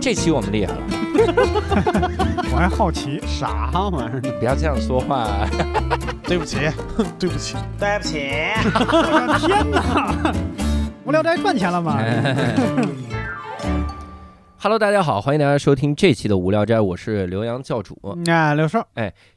这期我们厉害了，我还好奇，啥玩意儿？不要这样说话。 对不起，对不起，对不起，我的天哪！无聊斋赚钱了吗？哎 Hello，大家好，欢迎大家收听这期的无聊斋，我是刘洋教主。啊，刘寿，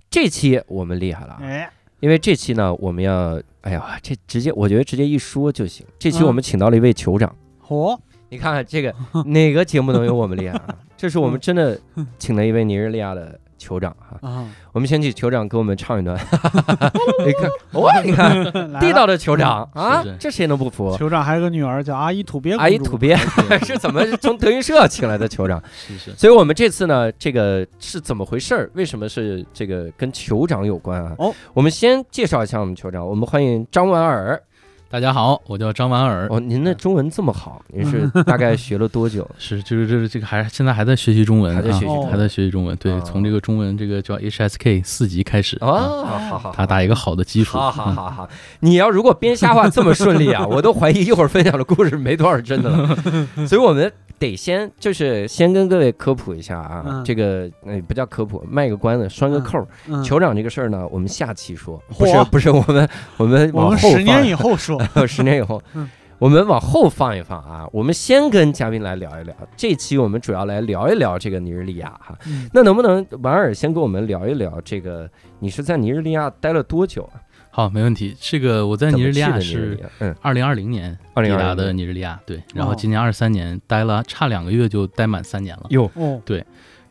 这期我们厉害了啊，哎，因为这期呢，我们要，哎呀，这直接我觉得直接一说就行。这期嗯我们请到了一位酋长，嚯，你看看这个 哪个节目能有我们厉害啊？这是我们真的请了一位尼日利亚的酋长哈、啊，我们先请酋长给我们唱一段， 你看，哇，你看地道的酋长啊是是，这谁能不服？酋长还有个女儿叫阿依土鳖，阿依土，鳖 是怎么从德云社请来的酋长？ 是是，所以我们这次呢，这个是怎么回事儿？为什么是这个跟酋长有关啊？哦，我们先介绍一下我们酋长，我们欢迎张婉尔。大家好，我叫张婉尔，哦，您的中文这么好，您 是大概学了多 久？是就是这这个还现在还在学习中文，还在学习啊中文还在学习中文。对哦，从这个中文这个叫 HSK 四级开始，啊哦，好好他好。打一个好的基础。好好好好，你要如果编瞎话这么顺利 啊，我都怀疑一会儿分享的故事没多少真的了。 所以我们得先就是先跟各位科普一下啊，嗯这个呃不叫科普，卖个关子，拴个扣儿。嗯，酋长这个事儿呢，我们下期说，嚯不是不是我 们我们我往们后十年放以后说， 十年以后 嗯，我们往后放一放啊，我们先跟嘉宾来聊一聊。这期我们主要来聊一聊这个尼日利亚哈。嗯那能不能婉尔先跟我们聊一聊这个？你是在尼日利亚待了多久啊？好，没问题。这个我在怎尼么日去的利亚尼日利是亚，嗯，二零二零年二抵零达二的零尼日利亚，对，然后哦今年二三年待了差两个月就待满三年了。哟，哦，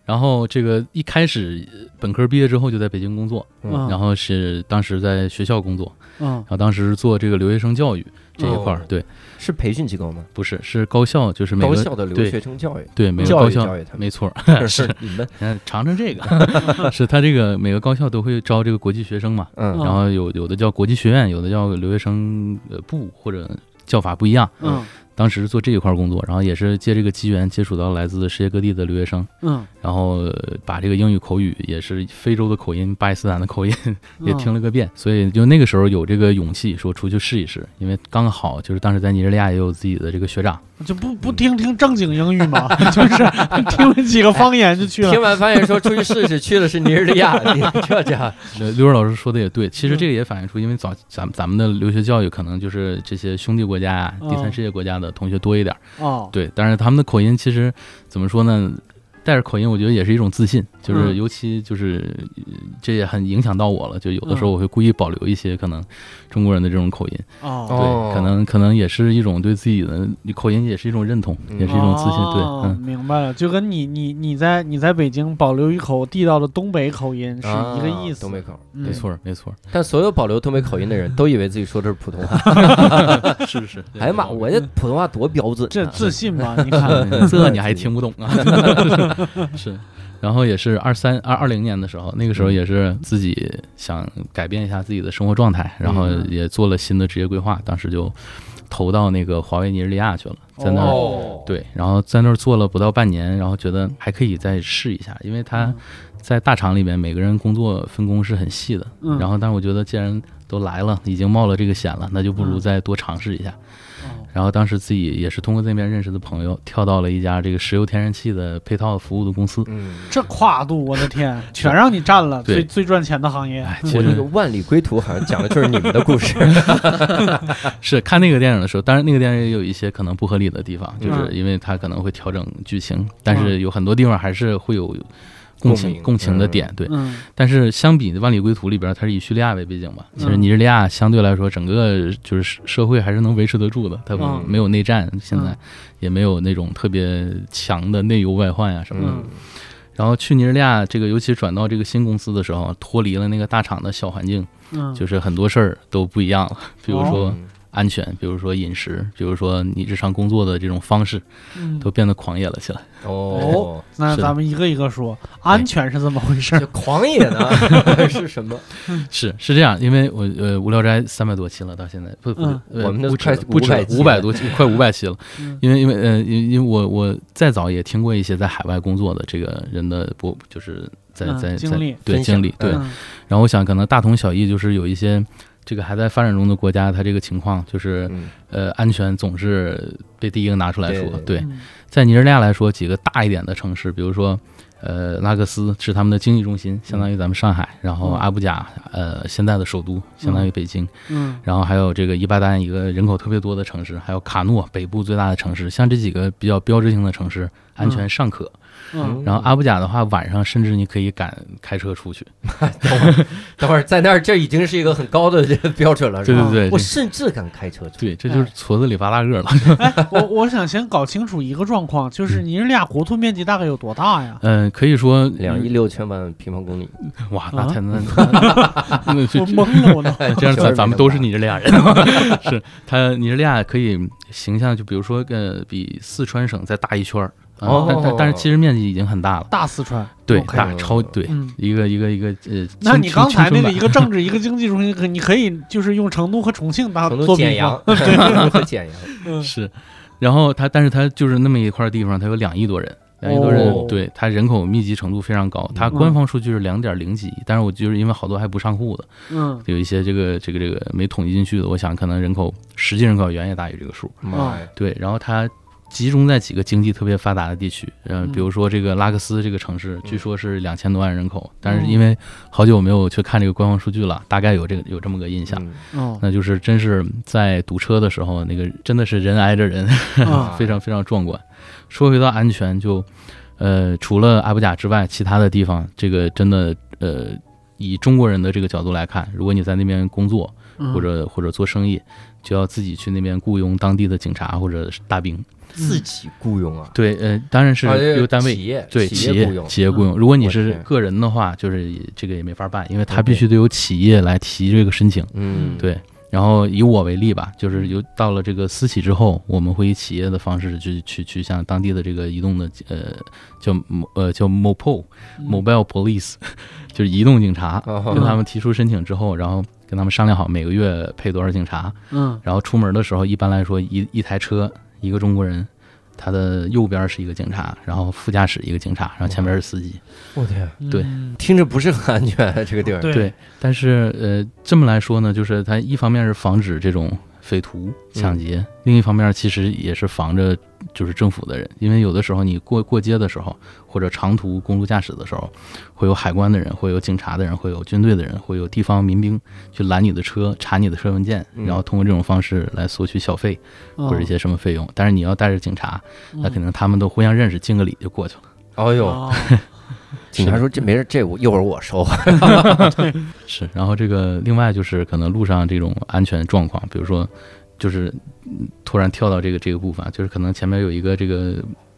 然后这个一开始呃本科毕业之后就在北京工作，哦嗯然后是当时在学校工作，嗯然后当时做这个留学生教育这一块儿，哦对，是培训机构吗？不是是高校，就是每高个校的留学生教育，对每个教高育校教育他们没错 儿， 是你 们，嗯，尝尝这个， 是他这个每个高校都会招这个国际学生嘛，嗯嗯然后有有的叫国际学院，有的叫留学生呃部或者叫法不一样。嗯当时做这一块儿工作，然后也是借这个机缘接触到来自世界各地的留学生，嗯，然后呃把这个英语口语也是非洲的口音、巴基斯坦的口音嗯也听了个遍，所以就那个时候有这个勇气说出去试一试，因为刚好就是当时在尼日利亚也有自己的这个学长，嗯，就不不听听正经英语吗？ 就是听了几个方言就去了听，完发现说出去试试，去的是尼日 利亚，你这家刘呃刘老师说的也对，其嗯实这个也反映出，因为早咱们咱们的留学教育可能就是这些兄弟国家呀、哦第三世界国家的同学多一点儿，哦，对，但是他们的口音其实怎么说呢？带着口音，我觉得也是一种自信，就是嗯尤其就是呃这也很影响到我了。就有的时候嗯我会故意保留一些可能中国人的这种口音，哦，哦对，可能可能也是一种对自己的口音也是一种认同，嗯也是一种自信。对，哦嗯，明白了，就跟你你你在你在北京保留一口地道的东北口音是一个意思，啊东北口。嗯没，错儿，没错 儿，但所有保留东北口音的人都以为自己说的是普通话。是是是。 哎呀妈，我这普通话多标准啊！这自信嘛，你看，嗯这你还听不懂 啊？ 是，然后也是二三二二零年的时候，那个时候也是自己想改变一下自己的生活状态，然后嗯也做了新的职业规划，当时就投到那个华为尼日利亚去了，在那儿。哦，对，然后在那儿做了不到半年，然后觉得还可以再试一下，因为他嗯在大厂里面每个人工作分工是很细的。嗯然后，但是我觉得既然都来了，已经冒了这个险了，那就不如嗯再多尝试一下。哦然后当时自己也是通过那边认识的朋友，跳到了一家这个石油天然气的配套服务的公司。嗯，这跨度，我的 天，全让你占了对最最赚钱的行业。哎，其我这个实万里归途好像讲的就是你们的故事。 是看那个电影的时候，当然那个电影也有一些可能不合理的地方，就嗯是因为它可能会调整剧情，但是有很多地方还是会有嗯共共情鸣共情的嗯点。对，嗯，但是相比《万里归途》里边，它是以叙利亚为背景嘛，其实嗯尼日利亚相对来说整个就是社会还是能维持得住的，它嗯没有内战，现在嗯也没有那种特别强的内忧外患呀、啊什么的。嗯嗯，然后去尼日利亚这个，尤其转到这个新公司的时候，脱离了那个大厂的小环境，嗯，哦就是很多事儿都不一样了。比如说嗯安全，比如说饮食，比如说你日常工作的这种方式，嗯都变得狂野了起来。哦，那是的咱们一个一个说，安全是怎么回事儿？这狂野 呢是什么？是是这样，因为我呃无聊斋三百多期了，到现在不不是嗯，呃我们都不快止不止500期五百多期，快五百期了。嗯因为因为呃因因为我我再早也听过一些在海外工作的这个人的不就是在嗯在经在历对分享经历对。嗯然后我想可能大同小异，就是有一些这个还在发展中的国家，它这个情况就是嗯呃，安全总是被第一个拿出来说。对，对嗯在尼日利亚来说，几个大一点的城市，比如说，呃，拉各斯是他们的经济中心，相当于咱们上海，然后嗯阿布贾，呃，现在的首都，相当于北京，嗯然后还有这个伊巴丹一个人口特别多的城市，还有卡诺北部最大的城市，像这几个比较标志性的城市，安全尚可。嗯，然后啊阿布贾的话，晚上甚至你可以敢开车出去。等会儿在那儿，这已经是一个很高的这个标准了，是对吧？对对，我这甚至敢开车出去。对，这就是矬子里拔大个了。哎我我想先搞清楚一个状况，就是尼日利亚国土面积大概有多大呀？嗯、可以说两亿六千万平方公里，哇，啊那才能，那我就懵了，我 都。哎这样确实咱咱们没都有是吧尼日利亚人， 是他尼日利亚可以形象，就比如说呃，比四川省再大一圈儿。啊哦但但但是其实面积已经很大了，大四川， 对 OK 大超对嗯，一个一个一个呃，那青你刚青才那春个版一个政治一个经济中心，可你可以就是用成都和重庆 当成都做简比阳方，，嗯成都和简阳，是，然后它，但是它就是那么一块地方，它有两亿多人，两亿多人，哦对它人口密集程度非常高。嗯它官方数据是两点零几，但是我就是因为好多还不上户的，嗯有一些这个这个这个没统计进去的，我想可能人口实际人口远远大于这个数。妈呀！对，然后它集中在几个经济特别发达的地区，嗯，嗯比如说这个拉各斯这个城市，据嗯说是两千多万人口，但是因为好久没有去看这个官方数据了，大概有这个有这么个印象。嗯哦那就是真是在堵车的时候，那个真的是人挨着人，啊 非常非常壮观。说回到安全，就呃，除了阿布贾之外，其他的地方，这个真的呃，以中国人的这个角度来看，如果你在那边工作嗯或嗯者或者做生意，就要自己去那边雇佣当地的警察或者是大兵。自己雇佣啊，对，呃，当然是啊这由单位。企业对企业雇佣，嗯企业雇佣，如果你我是天嗯个人的话，就是也这个也没法办，因为他 OK 必须得有企业来提这个申请。嗯，对，然后以我为例吧，就是由到了这个私企之后，我们会以企业的方式去去去向当地的这个移动的呃叫某呃叫 MOPO Mobile Police，就是 移动警察，嗯哦跟他们提出申请之后，然后跟他们商量好每个月配多少警察，嗯然后出门的时候一般来说一一台车一个中国人。他的右边是一个警察，然后副驾驶一个警察，然后前面是司机。我天，嗯对嗯听着不是很安全啊这个地儿，对对，但是呃，这么来说呢，就是它一方面是防止这种匪徒抢劫，另一方面其实也是防着就是政府的人，因为有的时候你过过街的时候，或者长途公路驾驶的时候，会有海关的人，会有警察的人，会有军队的人，会有地方民兵去拦你的车，查你的车文件，嗯然后通过这种方式来索取小费嗯或者一些什么费用。但是你要带着警察，那嗯可能他们都互相认识，敬个礼就过去了。哎呦，哦警察说这没事，这我一会儿我收，是，然后这个另外就是可能路上这种安全状况，比如说就是嗯突然跳到这个这个部分啊，就是可能前面有一个这个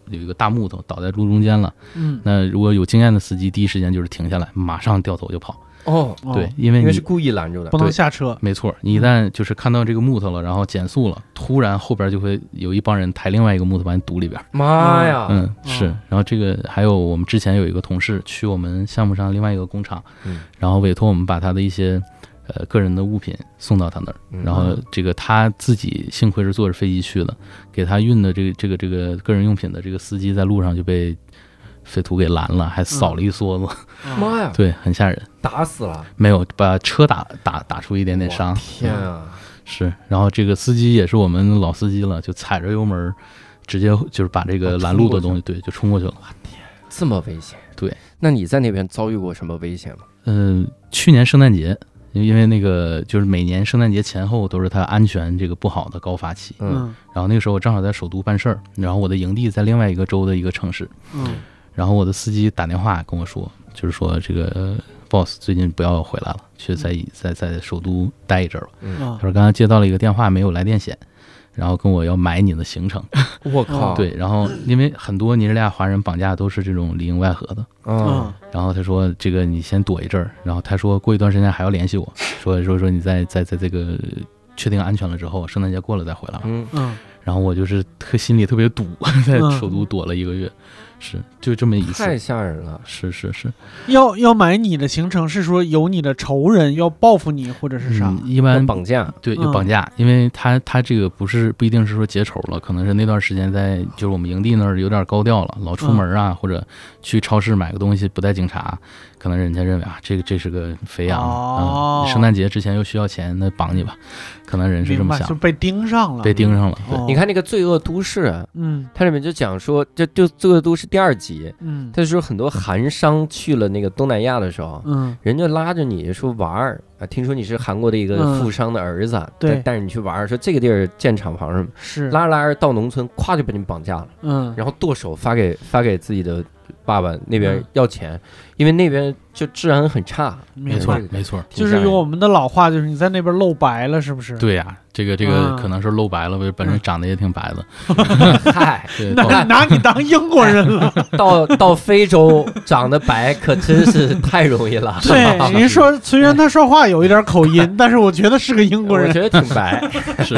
有一个大木头倒在路中间了，嗯那如果有经验的司机，第一时间就是停下来，马上掉头就跑。哦，哦对，因为因为你是故意拦住的不，能对下车没错，你一旦就是看到这个木头了，然后减速了，突然后边就会有一帮人抬另外一个木头把你堵里边。妈呀，嗯，是哦。然后这个还有我们之前有一个同事去我们项目上另外一个工厂，嗯然后委托我们把他的一些呃个人的物品送到他那儿。嗯然后这个他自己幸亏是坐着飞机去的，给他运的这个这个这个个人用品的这个司机在路上就被匪徒给拦了，还扫嗯了一梭子，妈呀，对，很吓人。打死了，没有把车打打打出一点点伤，天啊，是。然后这个司机也是我们老司机了，就踩着油门儿，直接就是把这啊个拦冲路过的去东西对就冲过去了。嗯这么危险，对，那你在那边遭遇过什么危险吗？呃，去年圣诞节，因为因为那个就是每年圣诞节前后都是它安全这个不好的高发期。嗯，然后那个时候我正好在首都办事儿，然后我的营地在另外一个州的一个城市，嗯然后我的司机打电话跟我说，就是说这个呃 boss 最近不要回来了，去在在在首都待一阵儿吧。嗯他说刚刚接到了一个电话，没有来电险。然后跟我要买你的行程，我靠，啊对，然后因为很多尼日利亚华人绑架都是这种里应外合的，嗯，嗯然后他说：“这个你先躲一阵儿。”然后他说：“过一段时间还要联系我，说说说你在在在这个确定安全了之后，圣诞节过了再回来吧。嗯嗯然后我就是特心里特别堵， 在嗯首都躲了一个月，是就这么一太次，吓人了。是是是，要要买你的行程是说有你的仇人要报复你或者是啥？嗯，一般绑架，对，嗯就绑架，因为他他这个不是不一定是说结仇了，可能是那段时间在就是我们营地那儿有点高调了，老出门啊，嗯或者去超市买个东西不带警察，可能人家认为啊，这个这是个肥羊，哦嗯，圣诞节之前又需要钱，那绑你吧， 可能人是这明么白，就想，被盯上了。被盯上了，对，哦你，看那个《罪恶都市》啊，嗯它里面就讲说，就就《罪恶都市》第二集，嗯他就说很多韩商去了那个东南亚的时候，嗯，人家拉着你说玩儿啊，听说你是韩国的一个嗯富商的儿子，啊对带带着你去玩儿，说这个地儿建厂房什么，是，拉着拉着到农村，咵就把你绑架了，嗯，然后剁手发给发给自己的爸爸那边嗯要钱，因为那边就治安很差，没没错明白没错，就挺是吓人用我们的老话，就是你在那边露白了，是不是？，对呀、这个这个嗯可能是露白了，我本身长得也挺白的，嗨， 对，到拿拿你当英国人 了。。到到非洲长得白可真是太容易了 对，您说虽然他说话有一点口音，但是我觉得是个英国我人。觉得挺 白，是，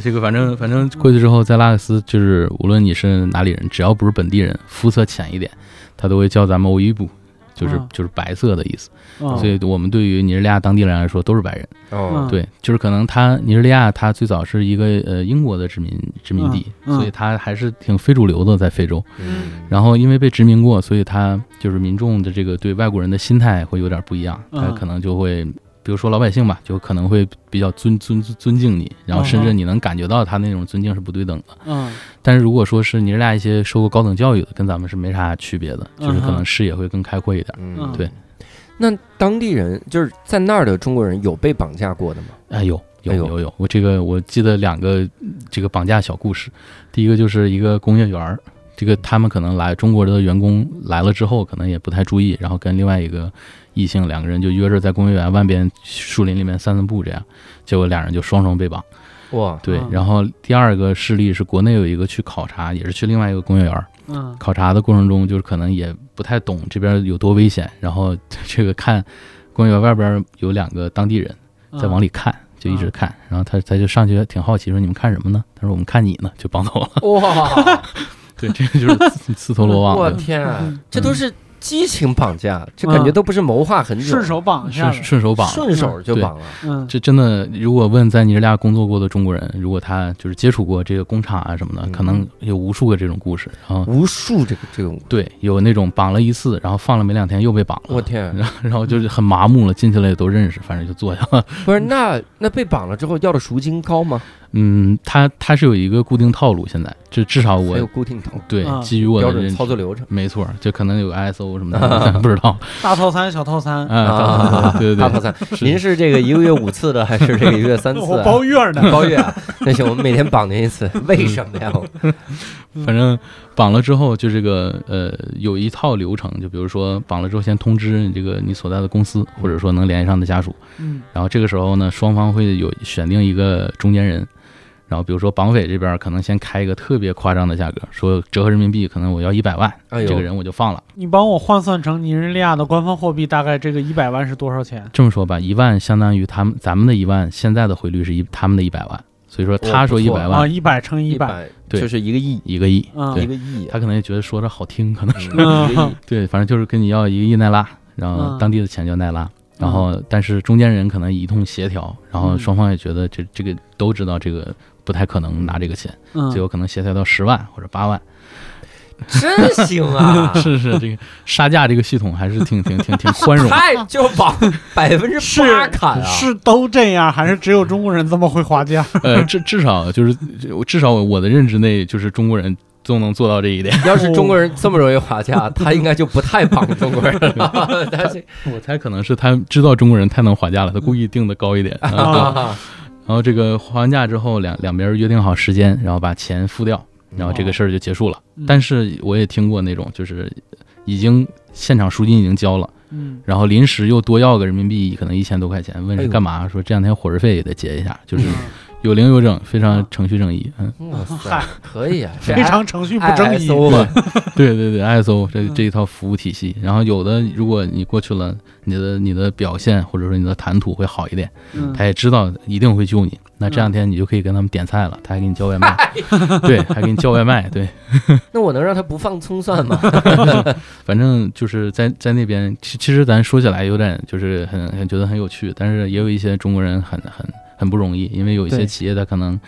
这个反正反正嗯过去之后，在拉各斯就是无论你是哪里人，只要不是本地人，肤色浅一点，他都会叫咱们欧伊布，就是、嗯就是白色的意思。嗯所以我们对于尼日利亚当地人来说都是白人。哦嗯对，就是可能他尼日利亚他最早是一个呃英国的殖民殖民地，嗯嗯所以他还是挺非主流的在非洲。嗯，然后因为被殖民过，所以他就是民众的这个对外国人的心态会有点不一样，嗯他可能就会，比如说老百姓吧，就可能会比较尊尊尊敬你，然后甚嗯至哼你能感觉到他那种尊敬是不对等的。嗯但是如果说是尼日利亚一些受过高等教育的，跟咱们是没啥区别的，就是嗯可能哼视野会更开阔一点。嗯对。那当地人就是在那儿的中国人有被绑架过的吗？哎，有有哎呦有有，我这个我记得两个嗯这个绑架小故事，第一个就是一个工业园儿，这个他们可能来中国的员工来了之后，可能也不太注意，然后跟另外一个异性两个人就约着在工业园外边树林里面散散步，这样，结果俩人就双双被绑。哇，对嗯，然后第二个事例是国内有一个去考察，也是去另外一个工业园儿嗯考察的过程中，就是可能也不太懂这边有多危险，然后 这个看工业园外边有两个当地人。嗯，在往里看，就一直看。然后他他就上去挺好奇，说你们看什么呢？他说我们看你呢， 就帮走了。哇，对，这个就是自自投罗网我的，天啊嗯，嗯这都是激情绑架，这感觉都不是谋划很久，顺手绑下顺了。顺手绑了。顺手就绑了。嗯，这真的，如果问在尼日利亚工作过的中国人，如果他就是接触过这个工厂啊什么的，嗯可能有无数个这种故事。然后无数这个这种，对，有那种绑了一次，然后放了没两天又被绑了。我天， 然后然后就是很麻木了，进去了也都认识，反正就坐下 了。不是那那被绑了之后要的赎金高吗？嗯，他他是有一个固定套路，现在就至少还我有固定头对啊基于我标的准认知操，作流程。没错，就可能有 ISO 什么的， 不知道。大套餐、小套 餐，啊， 对对大套对，餐，是您是这个一个月五次的，还是这个一个月嗯三次我啊？包月 呢。包月啊？那行，我们每天绑您一次，为什么呀？反正绑了之后就这个呃有一套流程，就比如说绑了之后先通知你这个你所在的公司，或者说能联系上的家属，嗯然后这个时候呢双方会有选定一个中间人。然后，比如说绑匪这边可能先开一个特别夸张的价格，说折合人民币可能我要一百万，哎呦这个人我就放了。你帮我换算成尼日利亚的官方货币，大概这个一百万是多少钱？这么说吧，一万相当于他们咱们的一万，现在的汇率是一他们的一百万，所以说他说哦一不错百啊，万一百乘一百，百对就是一个亿，一个亿，嗯一对个亿啊，他可能也觉得说着好听，可能嗯嗯一个亿对，反正就是跟你要一个亿奈拉，然后嗯当地的钱叫奈拉，然后但是中间人可能一通协调，然后嗯双方也觉得这这个都知道这个不太可能拿这个钱，嗯最后可能协调到十万或者八 万，！真行啊是是，这个杀价这个系统还是挺挺挺挺 宽容的。太就往百分之八是砍啊！是都这样，还是只有中国人这么会划价？呃，至至少就是至少我的认知内，就是中国人都能做到这一 点。要是中国人这么容易划价，他应该就不太帮中国人了。他这我猜可能是他知道中国人太能划价了，他故意定的高一 点。啊对啊，然后这个还完价之后，两两边约定好时间，然后把钱付掉，然后这个事儿就结束了。嗯但是我也听过那种，就是已经现场赎金已经交了，嗯，然后临时又多要个人民币，可能一千多块钱，问哎是呦干嘛？说这两天伙食费也得结一下，就是嗯哦有零有整，非常程序正义。嗯，哇塞嗨，可以啊，这非常程序不正义。 ISO 啊 对对对，ISO 这嗯这一套服务体系。然后有的如果你过去了，你的你的表现或者说你的谈吐会好一点，嗯他也知道一定会救你，那这两天你就可以跟他们点菜了，他还给你叫外哎卖， 对，还给你叫外卖，对，那我能让他不放葱蒜 吗？反正就是在在那边，其其实咱说起来有点就是很很觉得很有趣，但是也有一些中国人很很很不容易，因为有一些对企业他可能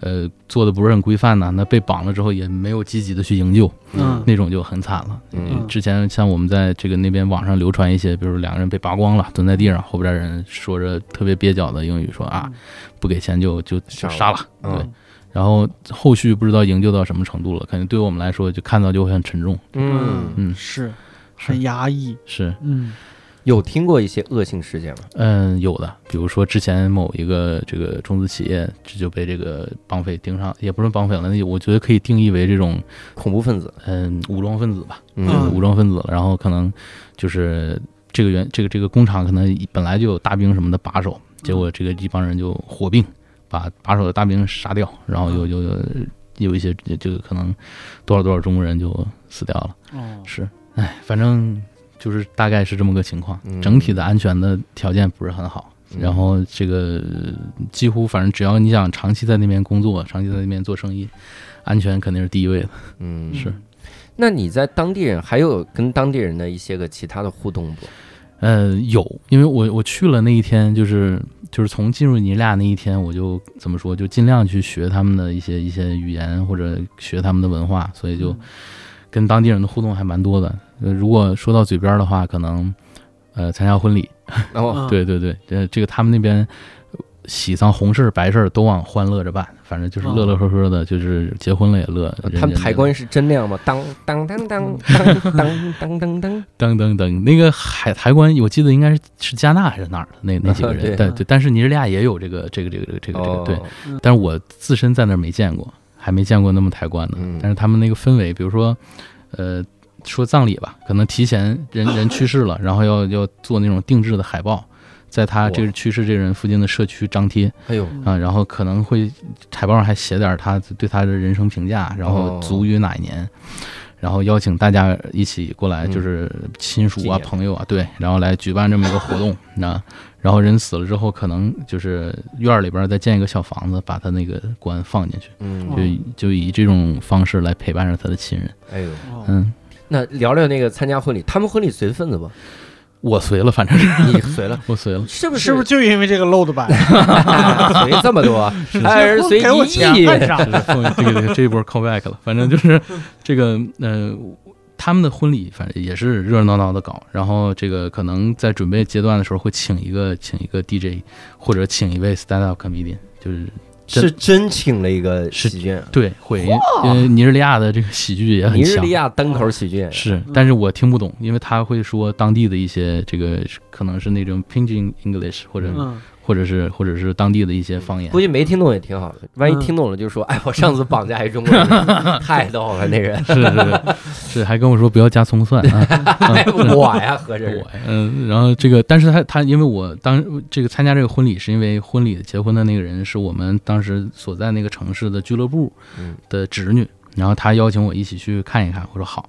呃做的不是很规范呐，那被绑了之后也没有积极的去营救，嗯那种就很惨了。嗯之前像我们在这个那边网上流传一些，比如两个人被拔光了，蹲在地上，后边人说着特别蹩脚的英语说嗯啊，不给钱就就就杀了。对嗯，然后后续不知道营救到什么程度了，可能对我们来说就看到就会很沉重。嗯，嗯，是很压抑，是，嗯有听过一些恶性事件吗？嗯，有的，比如说之前某一个这个中资企业，这就被这个绑匪盯上，也不是绑匪了，那我觉得可以定义为这种恐怖分子，嗯武装分子吧。就是嗯武装分子了，然后可能就是这个原这个这个工厂可能本来就有大兵什么的把守，结果这个一帮人就火并，把把守的大兵杀掉，然后有有有有一些这个可能多少多少中国人就死掉了，哦，是，哎，反正就是大概是这么个情况嗯，整体的安全的条件不是很好。嗯然后这个几乎反正只要你想长期在那边工作，长期在那边做生意，安全肯定是第一位的。嗯是嗯那你在当地人还有跟当地人的一些个其他的互动不？呃，有，因为我我去了那一天，就是就是从进入尼日利亚那一天，我就怎么说，就尽量去学他们的一些一些语言或者学他们的文化，所以嗯就跟当地人的互动还蛮多的。呃，如果说到嘴边儿的话，可能呃参加婚礼，嗯哦，对对对，这这个他们那边呃喜丧红事儿白事儿都往欢乐着办，反正就是乐乐呵呵的，就是结婚了也乐。人他们人抬也乐棺是真那样吗？当当当当嗯当当当当噔当，噔噔，那个海抬棺，我记得应该是是加纳还是哪儿的那那几个对人，但对，但是尼日利亚也有这个这个这个这个这个这 个哦对，但是我自身在那儿没见过，还没见过那么抬棺的。嗯但是他们那个氛围，比如说，呃，说葬礼吧，可能提前 人人去世了，然后要要做那种定制的海报，在他这个去世这个人附近的社区张贴哎呦，啊、然后可能会海报上还写点儿他对他的人生评价，然后哦卒于哪一年。然后邀请大家一起过来，嗯就是亲属啊、纪念朋友啊，对，然后来举办这么一个 活动。那然后人死了之后，可能就是院儿里边儿再建一个小房子，把他那个棺放进去，嗯哦，就以就以这种方式来陪伴着他的亲人。哎呦，哦嗯，那聊聊那个参加婚礼，他们婚礼随份子不？我随了，反正是你随了， 我随了。是不是不是是就因为这个漏的版？ 随这么多？爱人随给我一钱亿，干啥？就是后面这个这一波 callback 了，反正 就是这个呃，他们的婚礼反正也是热热闹闹的搞，然后这个可能在准备阶段的时候会请一个请一个 DJ 或者请一位 stand up comedian，就是是真请了一个是喜剧演员，对会，因为尼日利亚的这个喜剧也很尼日强利。亚单口喜剧演员，是，但是我听不懂，因为他会说当地的一些这个可能是那种 pidgin English 或者、嗯，或者是或者是当地的一些方言估。计没听懂也挺好的，啊万一嗯听懂了就说，哎，我上次绑架一中国人，太逗了那人。是是是，是还跟我说不要加葱蒜啊， 哎我呀，合着是我嗯，然后这个，但是他他因为我当这个参加这个婚礼，是因为婚礼结婚的那个人是我们当时所在那个城市的俱乐部嗯的侄女，然后他邀请我一起去看一看，我说好。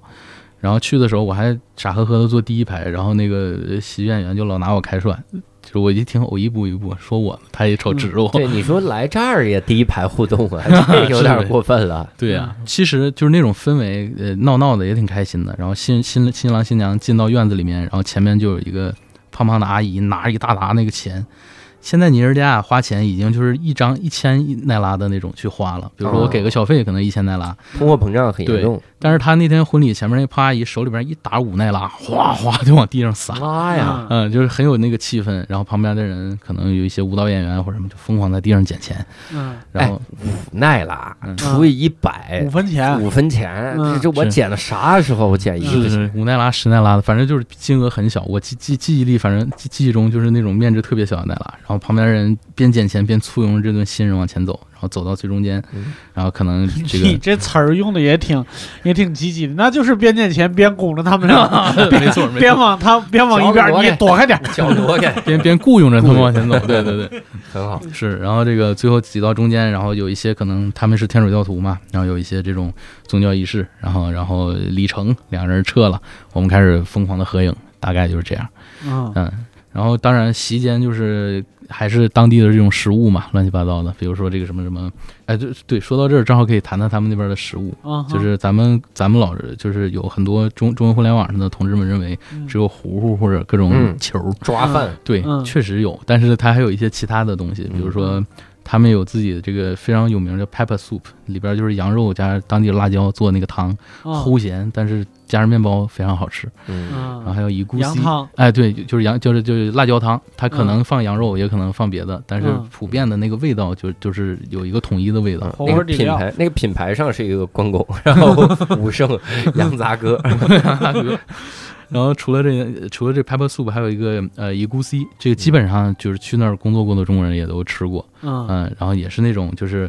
然后去的时候我还傻呵呵的坐第一排，然后那个喜剧演员就老拿我开涮，就是我一听我一步一步说我，他也瞅指我。对你说来这儿也第一排互动啊，这有点过分了。对呀、其实就是那种氛围，呃，闹闹的也挺开心的。然后新新新郎新娘进到院子里面，然后前面就有一个胖胖的阿姨拿着一大沓那个钱。现在尼日利亚花钱已经就是一张一千奈拉的那种去花了，比如说我给个小费可能一千奈拉，通货膨胀很严重，但是他那天婚礼前面那胖阿姨手里边一沓五奈拉，哗哗就往地上撒，妈哎呀！嗯，嗯，就是很有那个气氛。然后旁边的人可能有一些舞蹈演员或者什么就疯狂在地上捡钱，嗯，然后奈拉嗯除以一百五，分钱，五分钱，嗯这这我是捡了啥时候？我捡一是个，是五奈拉、十奈拉的，反正就是金额很小。我记记记忆力，反正记记忆中就是那种面值特别小的奈拉。然后旁边人边捡钱边簇拥着这对新人往前走，然后走到最中间嗯，然后可能这你 个这词儿用的也挺也挺积极的，那就是边捡钱边拱着他们俩，啊没错没边错，往他边往一边小儿，狗你躲开点儿。脚挪开，边边雇佣着他们往 前走。对对对，很 好。是。然后这个最后挤到中间，然后有一些可能他们是天主教徒嘛，然后有一些这种宗教仪式，然后然后礼成，两人撤了，我们开始疯狂的合影，大概就是这样。嗯，嗯，然后当然席间就是还是当地的这种食物嘛，乱七八糟的，比如说这个什么什么，哎，对对，说到这儿正好可以谈谈他们那边的食物。啊哈，就是咱们咱们老是就是有很多中中文互联网上的同志们认为只有糊糊或者各种嗯球儿，抓饭，对，嗯确实有，但是它还有一些其他的东西，比如说他们有自己的这个非常有名的 pepper soup，里边就是羊肉加当地辣椒做那个汤，齁咸，但是加上面包非常好吃。嗯然后啊，还有一姑羊西。汤哎，对，就是羊，就是就是辣椒汤，它可嗯能放羊肉，也可能放别的，但是嗯普遍的那个味道就就是有一个统一的味道。嗯火那锅个底品料牌，那个品牌上是一个关公，然后武圣、羊杂哥，大嗯哥。 然后除了这除了这 pepper soup，还有一个呃一姑 C，这个基本上就是去那儿工作过的中国人也都吃过，嗯嗯、然后也是那种就是，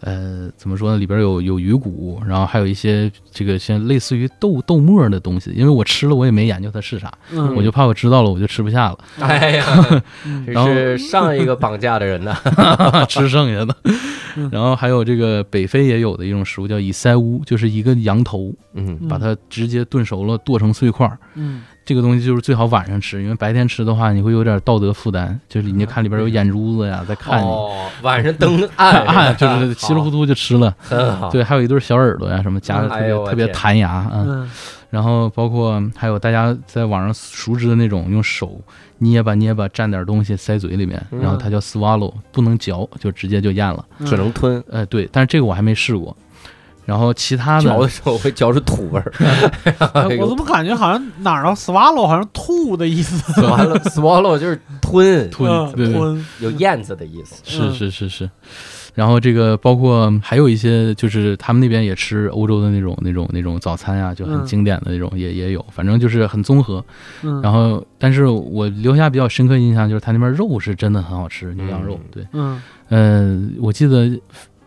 呃，怎么说呢，里边有有鱼骨，然后还有一些这个像类似于豆豆沫儿的东西，因为我吃了我也没研究它是啥，嗯，我就怕我知道了我就吃不下了，哎呀，嗯这是上一个绑架的人呐， 吃剩下的嗯。然后还有这个北非也有的一种食物叫以塞乌，就是一个羊头，嗯，把它直接炖熟了，剁成碎块儿。嗯这个东西就是最好晚上吃，因为白天吃的话，你会有点道德负担，就是你看里边有眼珠子呀，在看你，嗯哦，晚上灯暗 啊，就是稀里糊涂，涂就吃了。很好，对，还有一对小耳朵呀，什么夹的特哎别、呦我特别天弹牙，嗯，嗯然后包括还有大家在网上熟知的那种用手捏吧捏吧蘸点东西塞嘴里面，嗯然后它叫 swallow，不能嚼，就直接就咽了。嗯，只能吞。呃，对，但是这个我还没试过。然后其他嚼的的时候会嚼出土 味儿，哎哎我呦怎么感觉好像哪儿啊，swallow 好像吐的意思，完了，swallow 就是吞，吞嗯对对吞，有燕子的意思。是嗯是是是，然后这个包括还有一些就是他们那边也吃欧洲的那种那种那种早餐啊，就很嗯经典的那种也也有，反正就是很综合。嗯，然后，但是我留下比较深刻印象就是他那边肉是真的很好吃，牛羊肉。嗯对，嗯呃，我记得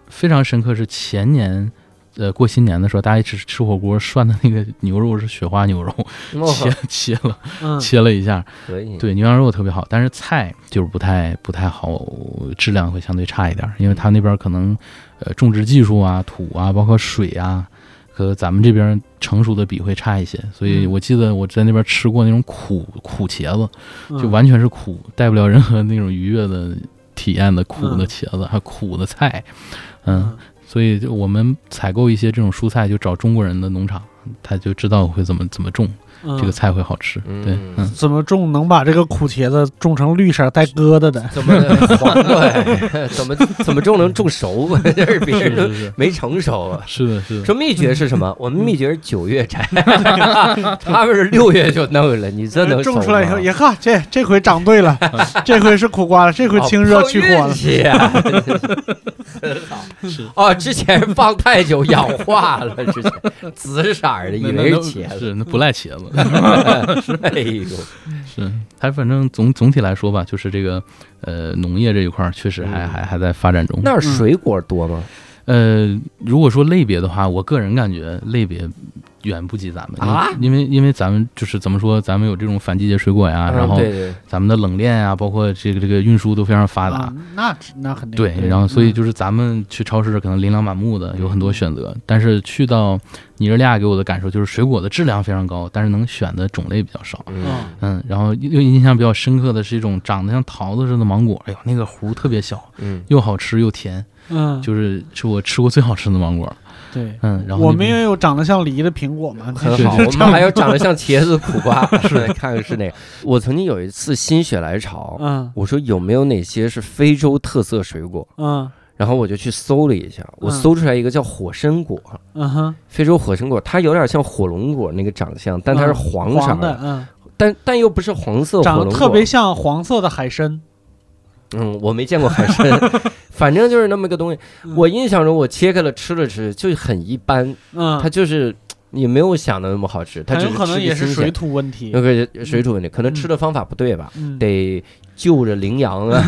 非常深刻是前年。呃，过新年的时候，大家一起吃吃火锅，涮的那个牛肉是雪花牛肉，哦，切切了嗯切了一下，可以，对，牛羊肉特别好，但是菜就是不太不太好，质量会相对差一点儿，因为它那边儿可能呃种植技术啊、土啊，包括水啊，和咱们这边儿成熟的比会差一些。所以嗯我记得我在那边吃过那种苦苦茄子，嗯就完全是苦，带不了任何那种愉悦的体验的苦的嗯茄子，还苦的菜，嗯。所以，就我们采购一些这种蔬菜，就找中国人的农场，他就知道会怎么怎么种，嗯这个菜会好吃。对，嗯嗯，怎么种能把这个苦茄子种成绿色带疙瘩的？怎么 黄瓜呀？怎么怎么种能种熟？啊 这是别是人都是是，没成熟啊。是的，是的。说秘诀是什么？我们秘诀是九月 摘，他们是六月就弄了，你这能种出来以后，也也呵，这这回长对了，这回是苦瓜了，这哦回清热去哦火了。 了。啊哦，之前放太久氧化了，之前紫色儿的，以为是茄子。是那不赖茄子， 哎呦，是它反正总总体来说吧，就是这个呃农业这一块儿确实还嗯还还在发展中。那儿嗯水果多吗？呃，如果说类别的话，我个人感觉类别远不及咱们啊因为因为因为咱们就是怎么说，咱们有这种反季节水果呀，然后嗯对对，咱们的冷链啊，包括这个这个运输都非常发达啊。，那那肯定对，嗯对然后所以嗯就是咱们去超市可能琳琅满目的，有很多嗯选择。但是去到尼日利亚给我的感受就是水果的质量非常高，但是能选的种类比较少。嗯，嗯，然后又印象比较深刻的是一种长得像桃子似的芒果，哎呦，那个核特别小，嗯，又好吃又甜，嗯，就是是我吃过最好吃的芒果。对。嗯，然后我们那边也有长得像梨的苹果嘛，很好。我们还有长得像茄子、苦 瓜， 看看是哪个。我曾经有一次心血来潮，嗯我说有没有哪些是非洲特色水果？嗯然后我就去搜了一下，我搜出来一个叫火参果，嗯哼，非洲火参果，它有点像火龙果那个长相，但它是黄色黄的，，嗯，但但又不是黄色火长龙得果，特别像黄色的海参。嗯，我没见过海参， 反正就是那么个东西。嗯我印象中我切开了吃了吃，就很一般，嗯，它就是也没有我想的那么好吃，它很只有是可能吃也个是新水鲜，土嗯问题那。个水土问题，可能吃的方法不对吧，嗯，得就着羚羊 啊，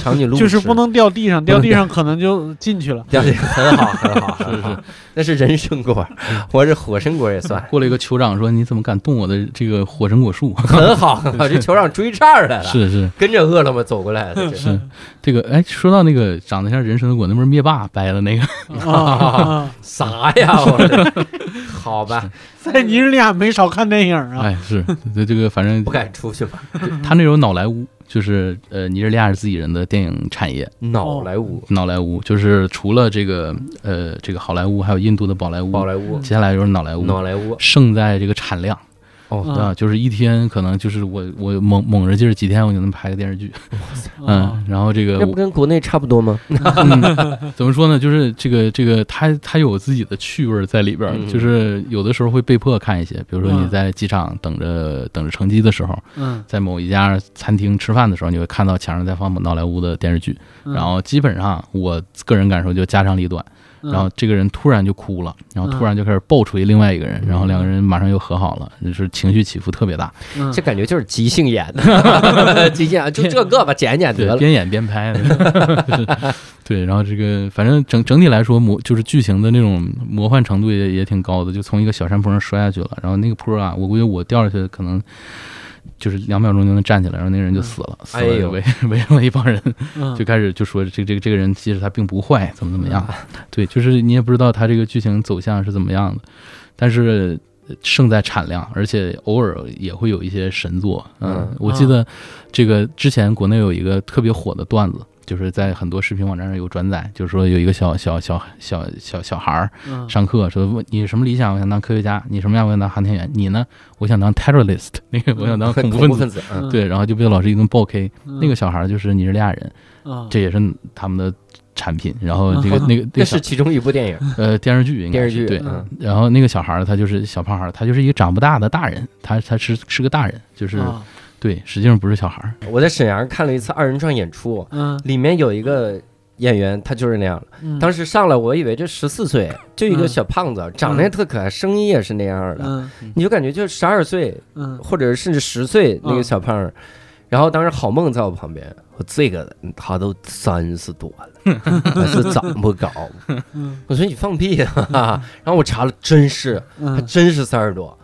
长颈鹿就是吃不。能掉地上，掉能地上可能就进去了。 对，很好，很 好，很好。那是人参果， 我是火参果也算，过来一个酋长说：“你怎么敢动我的这个火神果树很好。我这酋长追这儿 来？”了，是是跟着饿了么走过来的，这是，这个哎，说到那个长得像人参的果，那不是灭霸掰的那个，啊啊啊，啥呀？我好吧，在你俩没少看电影啊。嗯哎，是这这个，反正不敢出去吧？他那种脑莱坞，就是呃，尼日利亚是自己人的电影产业，脑莱坞，哦脑莱坞就是除了这个呃这个好莱坞，还有印度的宝莱坞，宝嗯莱坞，接下来就是脑莱坞，脑莱 坞，胜在这个产量。哦啊，嗯就是一天可能就是我我猛猛着劲儿，几天我就能拍个电视剧，啊嗯，然后这个这不跟国内差不多吗？嗯，怎么说呢？就是这个这个，它它有自己的趣味儿在里边儿嗯，就是有的时候会被迫看一些，比如说你在机场等着等着乘机的时候，嗯，在某一家餐厅吃饭的时候，你会看到墙上在放好莱坞的电视剧，嗯然后基本上我个人感受就家长里短，嗯然后这个人突然就哭了，然后嗯突然就开始爆锤另外一个人，嗯然后两个人马上又和好了，就是情绪起伏特别大，嗯这感觉就是即兴演的，即兴演呃就这个吧，嗯 剪剪对得，了。边演边拍， 就是对，然后这个反正整整体来说魔就是剧情的那种魔幻程度也也挺高的，就从一个小山坡上摔下去了，然后那个坡啊，我估计我掉下去可能就是两秒钟就能站起来，然后那个人就死了，死哎了呦就围围上了一帮人，嗯嗯就开始就说这这个这个人其实他并不坏，怎么怎么样，对，就是你也不知道他这个剧情走向是怎么样的，但是呃胜在产量，而且偶尔也会有一些神作。嗯我记得这个之前国内有一个特别火的段子。就是在很多视频网站上有转载，就是说有一个小小小小小小孩儿嗯上课说问你什么理想，我想当科学家；你什么样，我想当航天员；你呢，我想当 terrorist，那 个我想当恐怖分怖子。分子，嗯，对，然后就被老师一顿暴 K。嗯那个小孩儿就是尼日利亚人，啊这也是他们的产品。然后这个那个那那个小是其中一部电影，呃电视剧应该电是视剧，对。嗯然后那个小孩儿他就是小胖孩儿，他就是一个长不大的大人，他他是是个大人，就是、哦啊对，实际上不是小孩儿。我在沈阳看了一次二人转演出，嗯里面有一个演员，他就是那样的。嗯当时上来，我以为这十四岁，就一个嗯小胖子，长得也特可爱，声音也是那样的，嗯你就感觉就十二岁嗯或者甚至十岁那个嗯小胖儿。然后当时郝梦在我旁边，我这个他都三十多了， 还是长不高。嗯我说你放屁啊！ 然后我查了，真是他嗯真是三十多，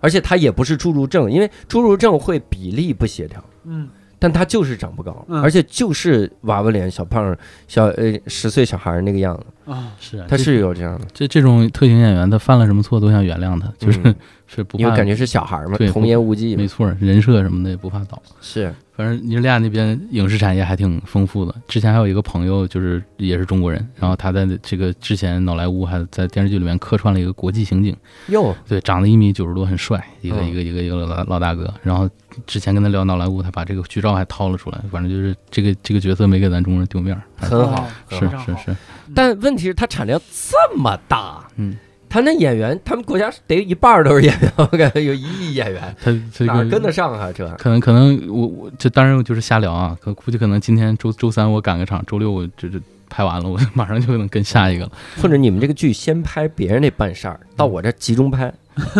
而且他也不是侏儒症，因为侏儒症会比例不协调，嗯但他就是长不高，嗯而且就是娃娃脸、小胖儿、小呃十岁小孩儿那个样子，啊是啊他是有这样的，这这种特型演员，他犯了什么错都想原谅他，就是、嗯是不因怕为感觉是小孩儿嘛对，不童言无忌嘛没，错儿，人设什么的也不怕倒。是反正尼日利亚那边影视产业还挺丰富的。之前还有一个朋友，就是也是中国人，然后他在这个之前脑莱坞还在电视剧里面客串了一个国际刑警，哟，对，长得一米九十多，很帅，一个嗯一个一个一个老老大哥。然后之前跟他聊脑莱坞，他把这个剧照还掏了出来，反正就是这个这个角色没给咱中国人丢面儿，很好，是嗯很好非常是啊好是，但问题是他产量这么大，嗯，他那演员，他们国家得一半儿都是演员，我感觉有一亿演员，他这哪儿跟得个。上啊？这可能可能我我这当然我就是瞎聊啊，可估计可能今天周周三我赶个场，周六我这这拍完了，我马上就能 跟下一个了。或者你们这个剧先拍别人那半扇儿，到我这儿集中拍，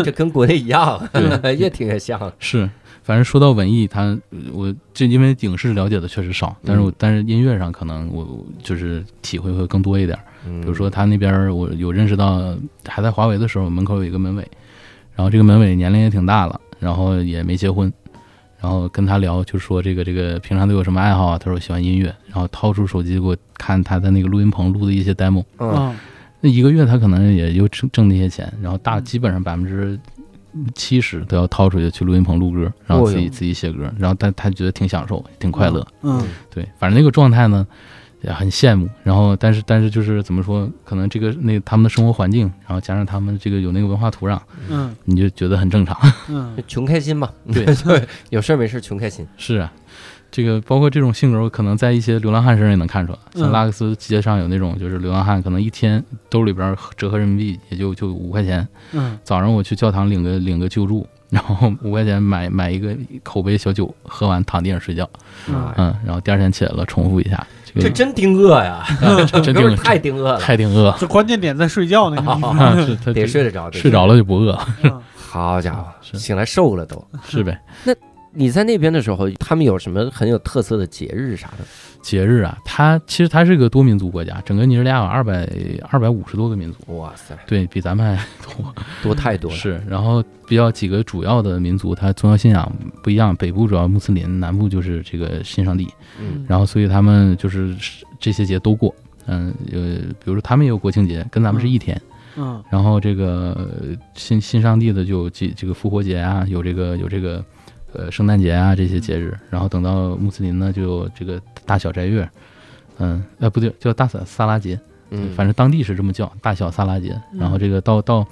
这跟国内一样，嗯 对越听越像。是，反正说到文艺，他我这因为影视了解的确实少，嗯但是我、但是音乐上可能我我就是体会会更多一点。比比如说，他那边儿我有认识到，还在华为的时候，门口有一个门卫，然后这个门卫年龄也挺大了，然后也没结婚，然后跟他聊就说这个这个平常都有什么爱好啊？他说喜欢音乐，然后掏出手机给我看他在那个录音棚录的一些 demo，嗯，啊那一个月他可能也就挣挣那些钱，然后大基本上百分之七十都要掏出去去录音棚录歌，然后自哦己哟自己写歌，然后但他觉得挺享受，挺快乐。嗯对，反正那个状态呢，也很羡慕。然后，但是但是就是怎么说，可能这个那他们的生活环境，然后加上他们这个有那个文化土壤，嗯你就觉得很 正常。嗯穷开心嘛，对，有事儿没事儿穷开心。是啊，这个包括这种性格，可能在一些流浪汉身上也能看出来。像嗯拉克斯街上有那种，就是流浪汉，可能一天兜里边折合人民币也就就五块钱，嗯早上我去教堂领个 领个救助，然后五块钱买买一个口杯小酒，喝完躺地上睡觉，嗯嗯，然后第二天起来了重复一下，这哎这个啊真盯饿呀，真真哥们挺儿太盯饿了，太挺饿这关键点在睡觉那个地 啊啊，是他得睡得着，得睡着。了就不饿了，方。好家伙，是醒来瘦了都。是呗？你在那边的时候，他们有什么很有特色的节日啥的？节日啊，它其实它是个多民族国家，整个尼日利亚有二百二百五十多个民族，哇塞，对比咱们还多。多太多了。是，然后比较几个主要的民族，它宗教信仰不一样，北部主要穆斯林，南部就是这个信上帝。嗯，然后所以他们就是这些节都过，嗯，呃，比如说他们也有国庆节，跟咱们是一天，嗯然后这个呃新新上帝的就有这这个复活节啊，有这个有这个呃圣诞节啊这些节日。嗯然后等到穆斯林呢，就有这个大小斋月，嗯，呃不对，叫大撒撒拉节，嗯，反正当地是这么叫，大小撒拉节。嗯然后这个到到，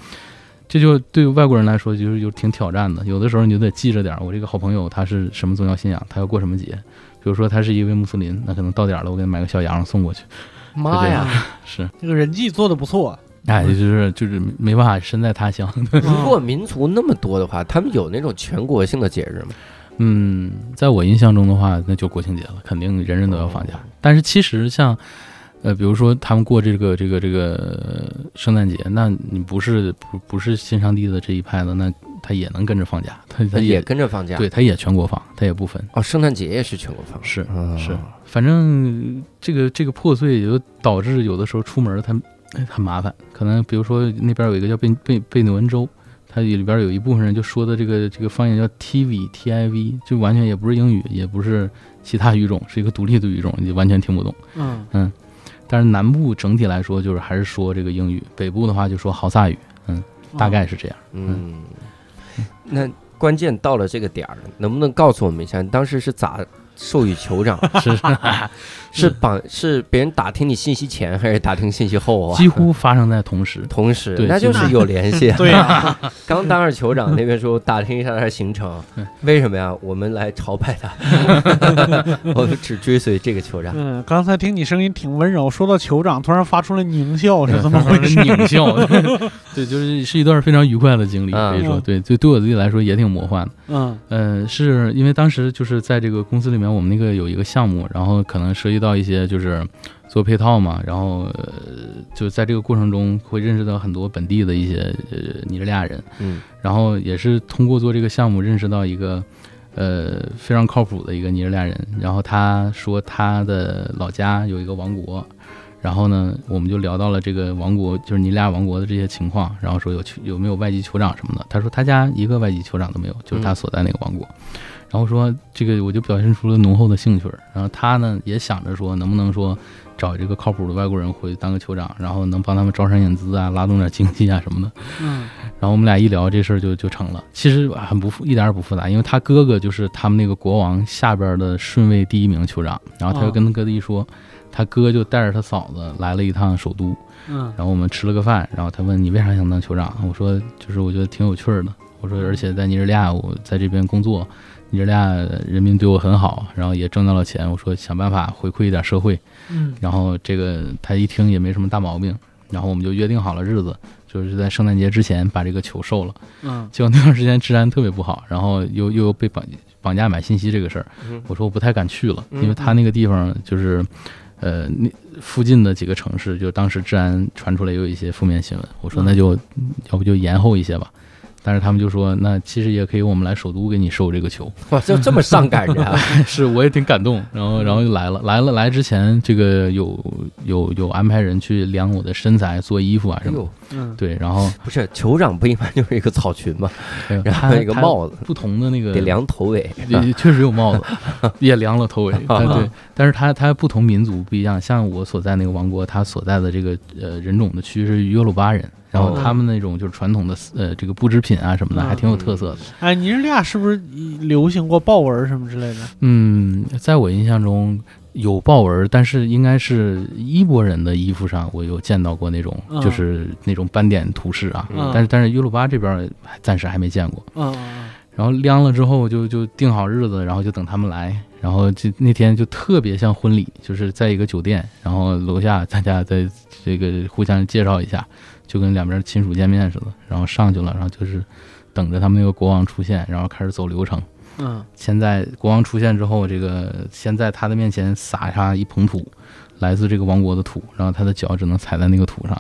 这就对外国人来说就是有挺挑战的。有的时候你就得记着点儿，我这个好朋友他是什么宗教信仰，他要过什么节。比如说他是一位穆斯林，那可能到点儿了，我给他买个小羊送过去。妈呀！是，这个人际做的不错，哎，就是就是没办法，身在他乡。如嗯果民族那么多的话，他们有那种全国性的节日吗？嗯，在我印象中的话，那就国庆节了，肯定人人都要放假。但是其实像，呃，比如说他们过这个这个这个呃圣诞节，那你不是不不是新上帝的这一派的，那他也能跟着放假，他他也跟着放假？对，他也全国放，他也不分。哦，圣诞节也是全国放，是啊是，反正这个这个破碎也就导致有的时候出门他很麻烦，可能比如说那边有一个叫贝贝贝努恩州，它里边有一部分人就说的这个这个方言叫 TV TIV，就完全也不是英语，也不是其他语种，是一个独立的语种，你完全听不懂。嗯但是南部整体来说就是还是说这个英语，北部的话就说豪萨语，大概是这样。嗯，那关键到了这个点儿，能不能告诉我们一下，你当时是咋授予酋长？ 是是 是绑是别人打听你信息前，还是打听信息后啊？几乎发生在同时。同时，对那就是有联系。啊对呀，啊刚当上酋长那边说打听一下他的行程对，为什么呀？我们来朝拜 他，我们只追随这个酋长。嗯，刚才听你声音挺温柔，说到酋长突然发出了狞笑，是 怎么回事？事？拧笑， 对，就是是一段非常愉快的经历，嗯可以说，对，对，对我自己来说也挺魔幻的。嗯呃，是因为当时就是在这个公司里面，我们那个有一个项目，然后可能涉及到一些就是做配套嘛，然后呃，就在这个过程中会认识到很多本地的一些呃尼日利亚人，嗯然后也是通过做这个项目认识到一个呃非常靠谱的一个尼日利亚人，然后他说他的老家有一个王国，然后呢我们就聊到了这个王国就是尼日利亚王国的这些情况，然后说有去有没有外籍酋长什么的，他说他家一个外籍酋长都没有，就是他所在那个王国。然后说这个，我就表现出了浓厚的兴趣儿。然后他呢也想着说，能不能说找这个靠谱的外国人回去当个酋长，然后能帮他们招商引资啊，拉动点经济啊什么的。嗯然后我们俩一聊这事儿就就成了，其实很不复一点儿也不复杂，因为他哥哥就是他们那个国王下边儿的顺位第一名酋长，然后他就跟他哥哥一说，他哥就带着他嫂子来了一趟首都，嗯然后我们吃了个饭，然后他问你为啥想当酋长，我说就是我觉得挺有趣儿的，我说而且在尼日利亚我在这边工作，尼日利亚人民对我很好，然后也挣到了钱，我说想办法回馈一点社会，嗯然后这个他一听也没什么大毛病，然后我们就约定好了日子，就是在圣诞节之前把这个球售了。嗯结果那段时间治安特别不好，然后又又被绑绑架买信息这个事儿，嗯我说我不太敢去了，嗯因为他那个地方就是，呃，那附近的几个城市，就当时治安传出来有一些负面新闻，我说嗯那就要不就延后一些吧。但是他们就说，那其实也可以，我们来首都给你收这个球。哇，就这么上赶着啊！ 是，我也挺感动。然后，然后就来了，来了，来之前，这个有有有安排人去量我的身材、做衣服啊哎什么的。呦，嗯，对，然后不是酋长不一般就是一个草裙嘛，哎呦 然他后一个他嗯帽子，不同的那个得量头围。也也确实有帽子，也量了头围。但对，但是它它不同民族不一样，像我所在那个王国，它所在的这个呃人种的区是约鲁巴人，然后哦他们那种就是传统的呃这个布织品啊什么的，还挺有特色的。哎，尼日利亚是不是流行过豹纹什么之类的？嗯，在我印象中有豹纹，但是应该是衣钵人的衣服上，我有见到过那种，嗯就是那种斑点图示啊。哦嗯但是但是约鲁巴这边儿还暂时还没见过。嗯嗯然后晾了之后就就定好日子，然后就等他们来。然后就那天就特别像婚礼，就是在一个酒店，然后楼下大家在这个互相介绍一下，就跟两边亲属见面似的。然后上去了，然后就是等着他们那个国王出现，然后开始走流程。嗯现在国王出现之后，这个先在他的面前撒下一捧土，来自这个王国的土，然后他的脚只能踩在那个土上，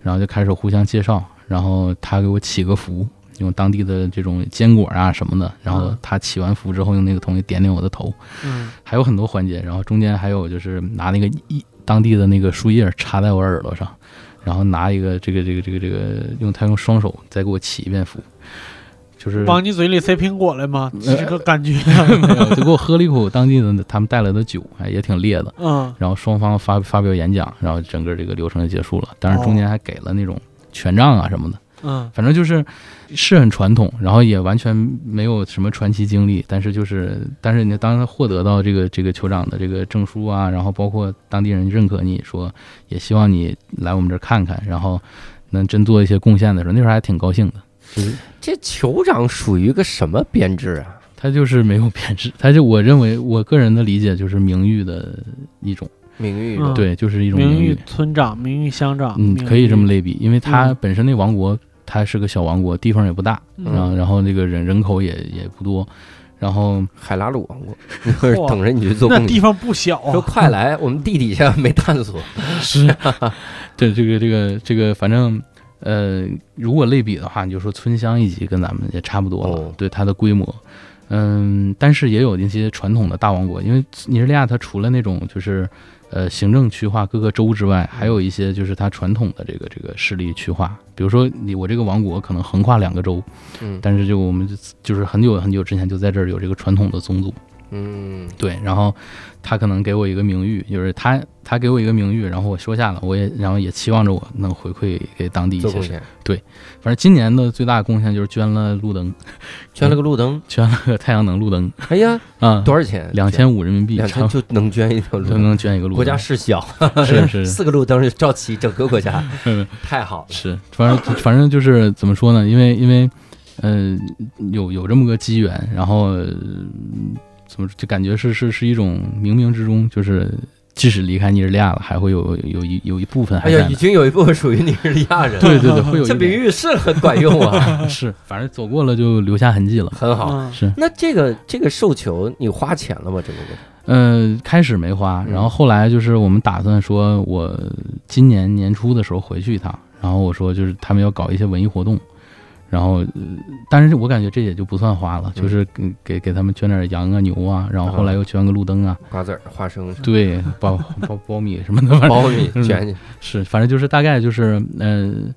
然后就开始互相介绍，然后他给我起个符，用当地的这种坚果啊什么的，然后嗯他起完符之后用那个东西点点我的头，嗯还有很多环节，然后中间还有就是拿那个一当地的那个树叶插在我耳朵上，然后拿一个这个这个这个这个用他用双手再给我起一遍符，就是呃嗯，往你嘴里塞苹果来吗？这个感 觉，没有，就给我喝了一口当地的他们带来的酒，哎，也挺烈的。嗯然后双方发发表演讲，然后整个这个流程就结束了。当然中间还给了那种权杖啊什么的，嗯反正就是是很传统，然后也完全没有什么传奇经历，但是就是但是你当他获得到这个这个酋长的这个证书啊，然后包括当地人认可你说，也希望你来我们这儿看看，然后能真做一些贡献的时候，那时候还挺高兴的。就是这酋长属于个什么编制啊？他就是没有贬值，他就我认为我个人的理解就是名誉的一种，名誉嗯对，就是一种名名誉村长、名誉乡长，嗯，可以这么理类比，因为它嗯本身那王国它是个小王国，地方也不大，然后然后那个人人口也也不多，然后海拉鲁王国，就是等着你去做那贡地献。方不小说啊，快来，我们地底下没探索。是，对这个这个这个，反正呃，如果类比的话，你就说村乡一级跟咱们也差不多了，哦对它的规模。嗯，但是也有一些传统的大王国，因为尼日利亚它除了那种就是，呃，行政区划各个州之外，还有一些就是它传统的这个这个势力区划，比如说你我这个王国可能横跨两个州，嗯但是就我们就就是很久很久之前就在这儿有这个传统的宗族，嗯，对，然后他可能给我一个名誉，就是他他给我一个名誉，然后我收下了，我也然后也期望着我能回馈给当地一做些贡事。献，反正今年的最大的贡献就是捐了路灯， 捐了个路灯。捐了个太阳能路灯哎呀，啊，多少钱？两千五人民币，两千就能捐一条路就灯。能捐一个路国家灯，事小，是 是四个路灯就照齐整个国家，嗯太好了。是，反正反正就是怎么说呢？因为因为，呃，有有这么个机缘，然后、呃怎么就感觉是是是一种冥冥之中，就是即使离开尼日利亚了，还会有有一有一部分还哎在呀，呢。已经有一部分属于尼日利亚人了。对对 对，会有这一比点喻是很管用 啊，是， 反正走过了就留下痕迹了。很好。嗯是，那这个这个绣球，你花钱了吗？这个东西呃，开始没花，嗯然后后来就是我们打算说，我今年年初的时候回去一趟，然后我说就是他们要搞一些文艺活动，然后，呃但是我感觉这也就不算花了，嗯就是给给给他们捐点羊啊牛啊，然后后来又捐个路灯啊，瓜子儿、花生、对，苞苞苞米什么的，反正苞 米嗯卷起， 是，反正就是大概就是，嗯、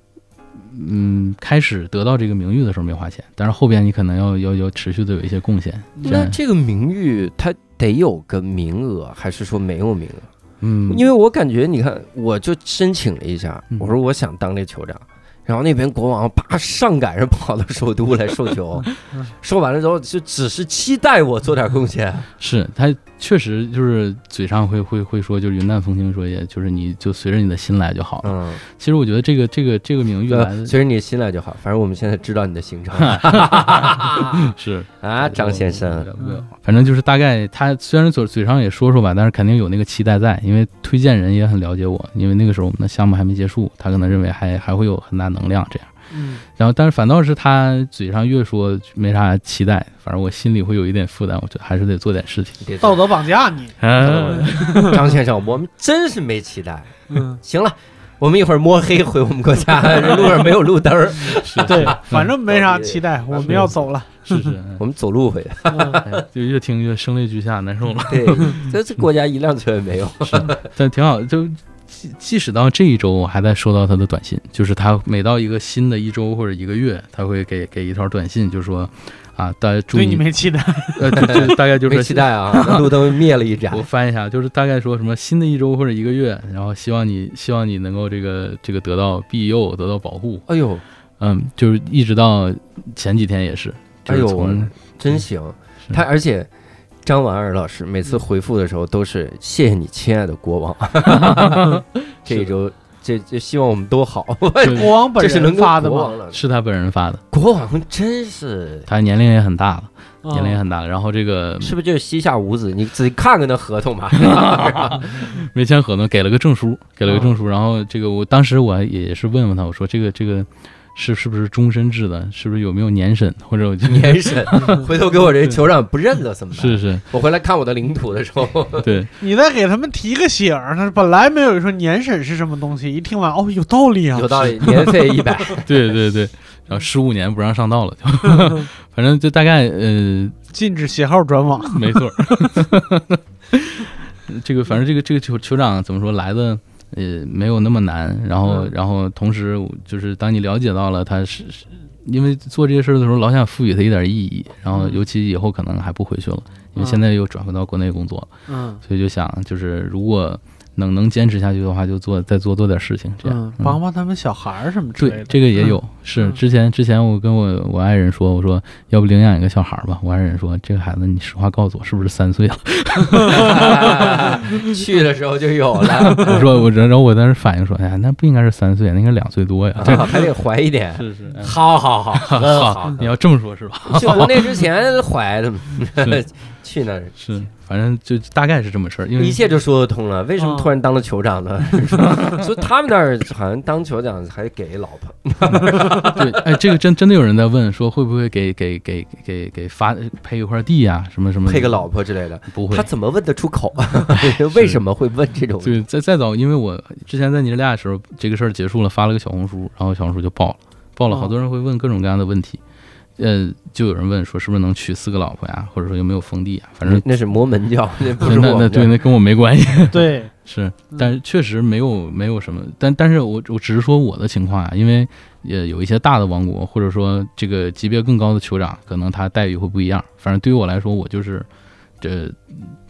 嗯，开始得到这个名誉的时候没花钱，但是后边你可能要要要持续的有一些贡献，那对这个名誉它得有个名额，还是说没有名额？嗯，因为我感觉，你看，我就申请了一下嗯，我说我想当这酋长，然后那边国王啪上赶着跑到首都来 授球，嗯说完了之后就只是期待我做点贡献，是他确实就是嘴上会会会说，就是云淡风轻说，也就是你就随着你的心来就好了。嗯，其实我觉得这个这个这个名誉来呃的随着你心来就好，反正我们现在知道你的 行程是啊，张先生，，没有反正就是大概他虽然嘴嘴上也说说吧，但是肯定有那个期待在，因为推荐人也很了解我，因为那个时候我们的项目还没结束，他可能认为还还会有很大能量这样。嗯然后，但是反倒是他嘴上越说没啥期待，反正我心里会有一点负担，我觉得还是得做点事情。别走道 德绑架你，啊嗯 张先生，我们真是没期待。嗯，行了，我们一会儿摸黑回我们国 家，这路上没有路灯儿，对，嗯反正没啥期待，我们要走了，是是，我们走路 回去。嗯哎就越听越声泪俱下，难受了。 对，这这国家一辆车也没有。但挺好，就即即使到这一周，我还在收到他的短信，就是他每到一个新的一周或者一个月，他会给给一条短信，就说啊，大家祝对你没期待，呃，就就大概就没是期。待啊， 那路灯灭了一盏我。翻一下，就是大概说什么新的一周或者一个月，然后希望你希望你能够这个这个得到庇佑，得到保护，哎呦，嗯，就是一直到前几天也是，就哎是呦，从、嗯真行！是他而且张婉儿老师每嗯次回复的时候都是“谢谢你，亲爱的国王”。 这一周，这这希望我们都好。对国王 本这是能人 跟发的国吗？王了，是他本人发的，国王真是。他年龄也很大了，年龄也嗯很大了，然后这个是不是就是膝下无子？你仔细看看那合 同吧。没签合同，给了个证书，给了个证书。然后这个我当时我也是问问他，我说这个这个是是不是终身制的？是不是有没有年审？或者我就年审，回头给我这酋长不认了怎么办？是是，我回来看我的领土的时候，对，你再给他们提个醒儿，他本来没有说年审是什么东西，一听完哦，有道理啊有，道理，年费一 百，对对对。然后十五年不让上道了，就 反正就大概呃，禁止携号转网， 没错儿。 这个反正这个这个酋酋长怎么说来的？呃，没有那么难。然后嗯，然后同时就是当你了解到了他是是因为做这些事儿的时候，老想赋予他一点意义。然后，嗯尤其以后可能还不回去了，因为嗯现在又转回到国内工作了，嗯所以就想就是如果能能坚持下去的话，就做再多做点事情，这样嗯，帮帮他们小孩儿什么之类对的。，这个也有，是嗯之前之前我跟我我爱人说，我说要不领养一个小孩儿吧。我爱人说，这个孩子你实话告诉我，是不是三岁了？去的时候就有 了，我说我然后我当时反应说，哎呀，那不应该是三岁，那应该两岁多呀。这还得怀 一点。啊是是，好好好，很好 好，你要这么说，是 吧？去国内之前怀的是，去那儿是，反正就大概是这么事儿，因为一切就说得通了。为什么嗯突然当了酋长呢？ 所以他们那儿好像当酋长还给老婆，对，哎，这个真真的有人在问说会不会给给给给给发配一块地呀、什么什嗯么的配个老婆之类的，不会他。怎么问得出 口？ 为什么会问这种？对，再再早，因为我之前在尼日利亚的时候，这个事儿结束了，发了个小红书，然后小红书就爆了，爆了，哦好多人会问各种各样的问题，呃，就有人问说是不是能娶四个老婆呀，或者说有没有封地呀，反正那是摩 门教，那不是那我那们这对儿。那跟我没关系， 对，是，嗯但是确实没有没有什么，但但是我我只是说我的情况啊，因为也有一些大的王国，或者说这个级别更高的酋长，可能他待遇会不一样。反正对于我来说，我就是这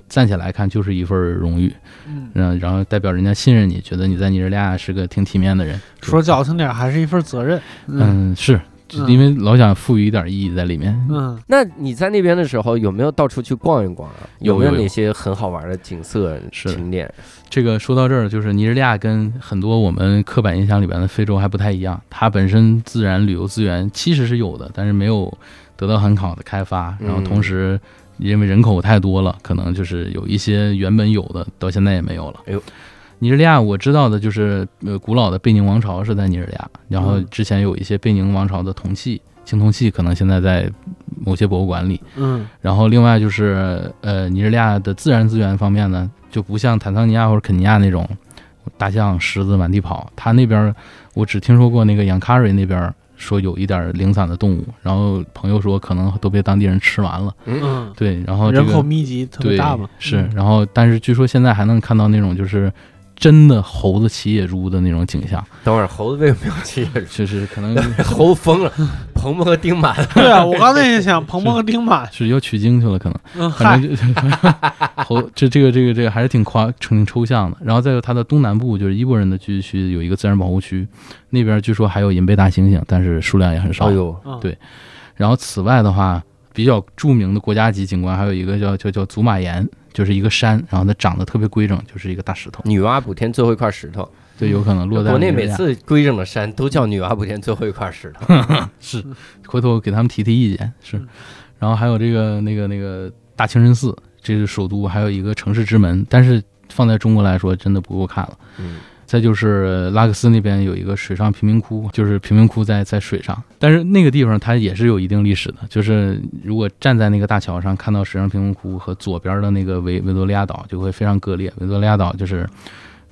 暂且来看就是一份荣誉，嗯，嗯，然后代表人家信任你，觉得你在尼日利亚是个挺体面的人。说矫情点儿，还是一份责任。嗯嗯，是嗯因为老想赋予一点意义在里面。嗯，那你在那边的时候有没有到处去逛一逛啊？有有没有有有哪些很好玩的景色、是景点？这个说到这儿，就是尼日利亚跟很多我们刻板印象里边的非洲还不太一样，它本身自然旅游资源其实是有的，但是没有得到很好的开发。嗯然后同时，因为人口太多了，可能就是有一些原本有的到现在也没有了。哎呦，尼日利亚我知道的就是，呃，古老的贝宁王朝是在尼日利亚，然后嗯之前有一些贝宁王朝的铜器、青铜器，可能现在在某些博物馆里。嗯然后另外就是呃，尼日利亚的自然资源方面呢，就不像坦桑尼亚或者肯尼亚那种大象、狮子满地跑，它那边儿我只听说过那个杨卡瑞那边儿说有一点儿零散的动物，然后朋友说可能都被当地人吃完了。嗯，嗯，对，然哦后、这个、人口密集特别对大嘛。嗯是，然后但是据说现在还能看到那种就是。真的猴子骑野猪的那种景象，等会儿猴子为什么要去夜市？就是可能 猴疯了，彭彭和丁满，对啊，我刚才也想，彭彭和丁满，是要取经去了，可能。嗯，反嗨，正就 猴这这个这个这个还是挺夸挺抽象的。然后再有它的东南部，就是伊波人的聚居区有一个自然保护区，那边据说还有银背大猩猩，但是数量也很少。哎呦，嗯对然后此外的话，比较著名的国家级景观还有一个叫叫叫祖玛岩，就是一个山，然后它长得特别规整，就是一个大石头。女娲补天最后一块石头。对，有可能落在国内尼日每利亚次规整的山都叫女娲补天最后一块 石头。是，回头给他们提提意见是。嗯然后还有这个那个那个大清真寺，这是首都，还有一个城市之门，但是放在中国来说真的不够看了。嗯，再就是拉各斯那边有一个水上贫民窟，就是贫民窟在在水上，但是那个地方它也是有一定历史的。就是如果站在那个大桥上看到水上贫民窟和左边的那个维维多利亚岛，就会非常割裂。维多利亚岛就是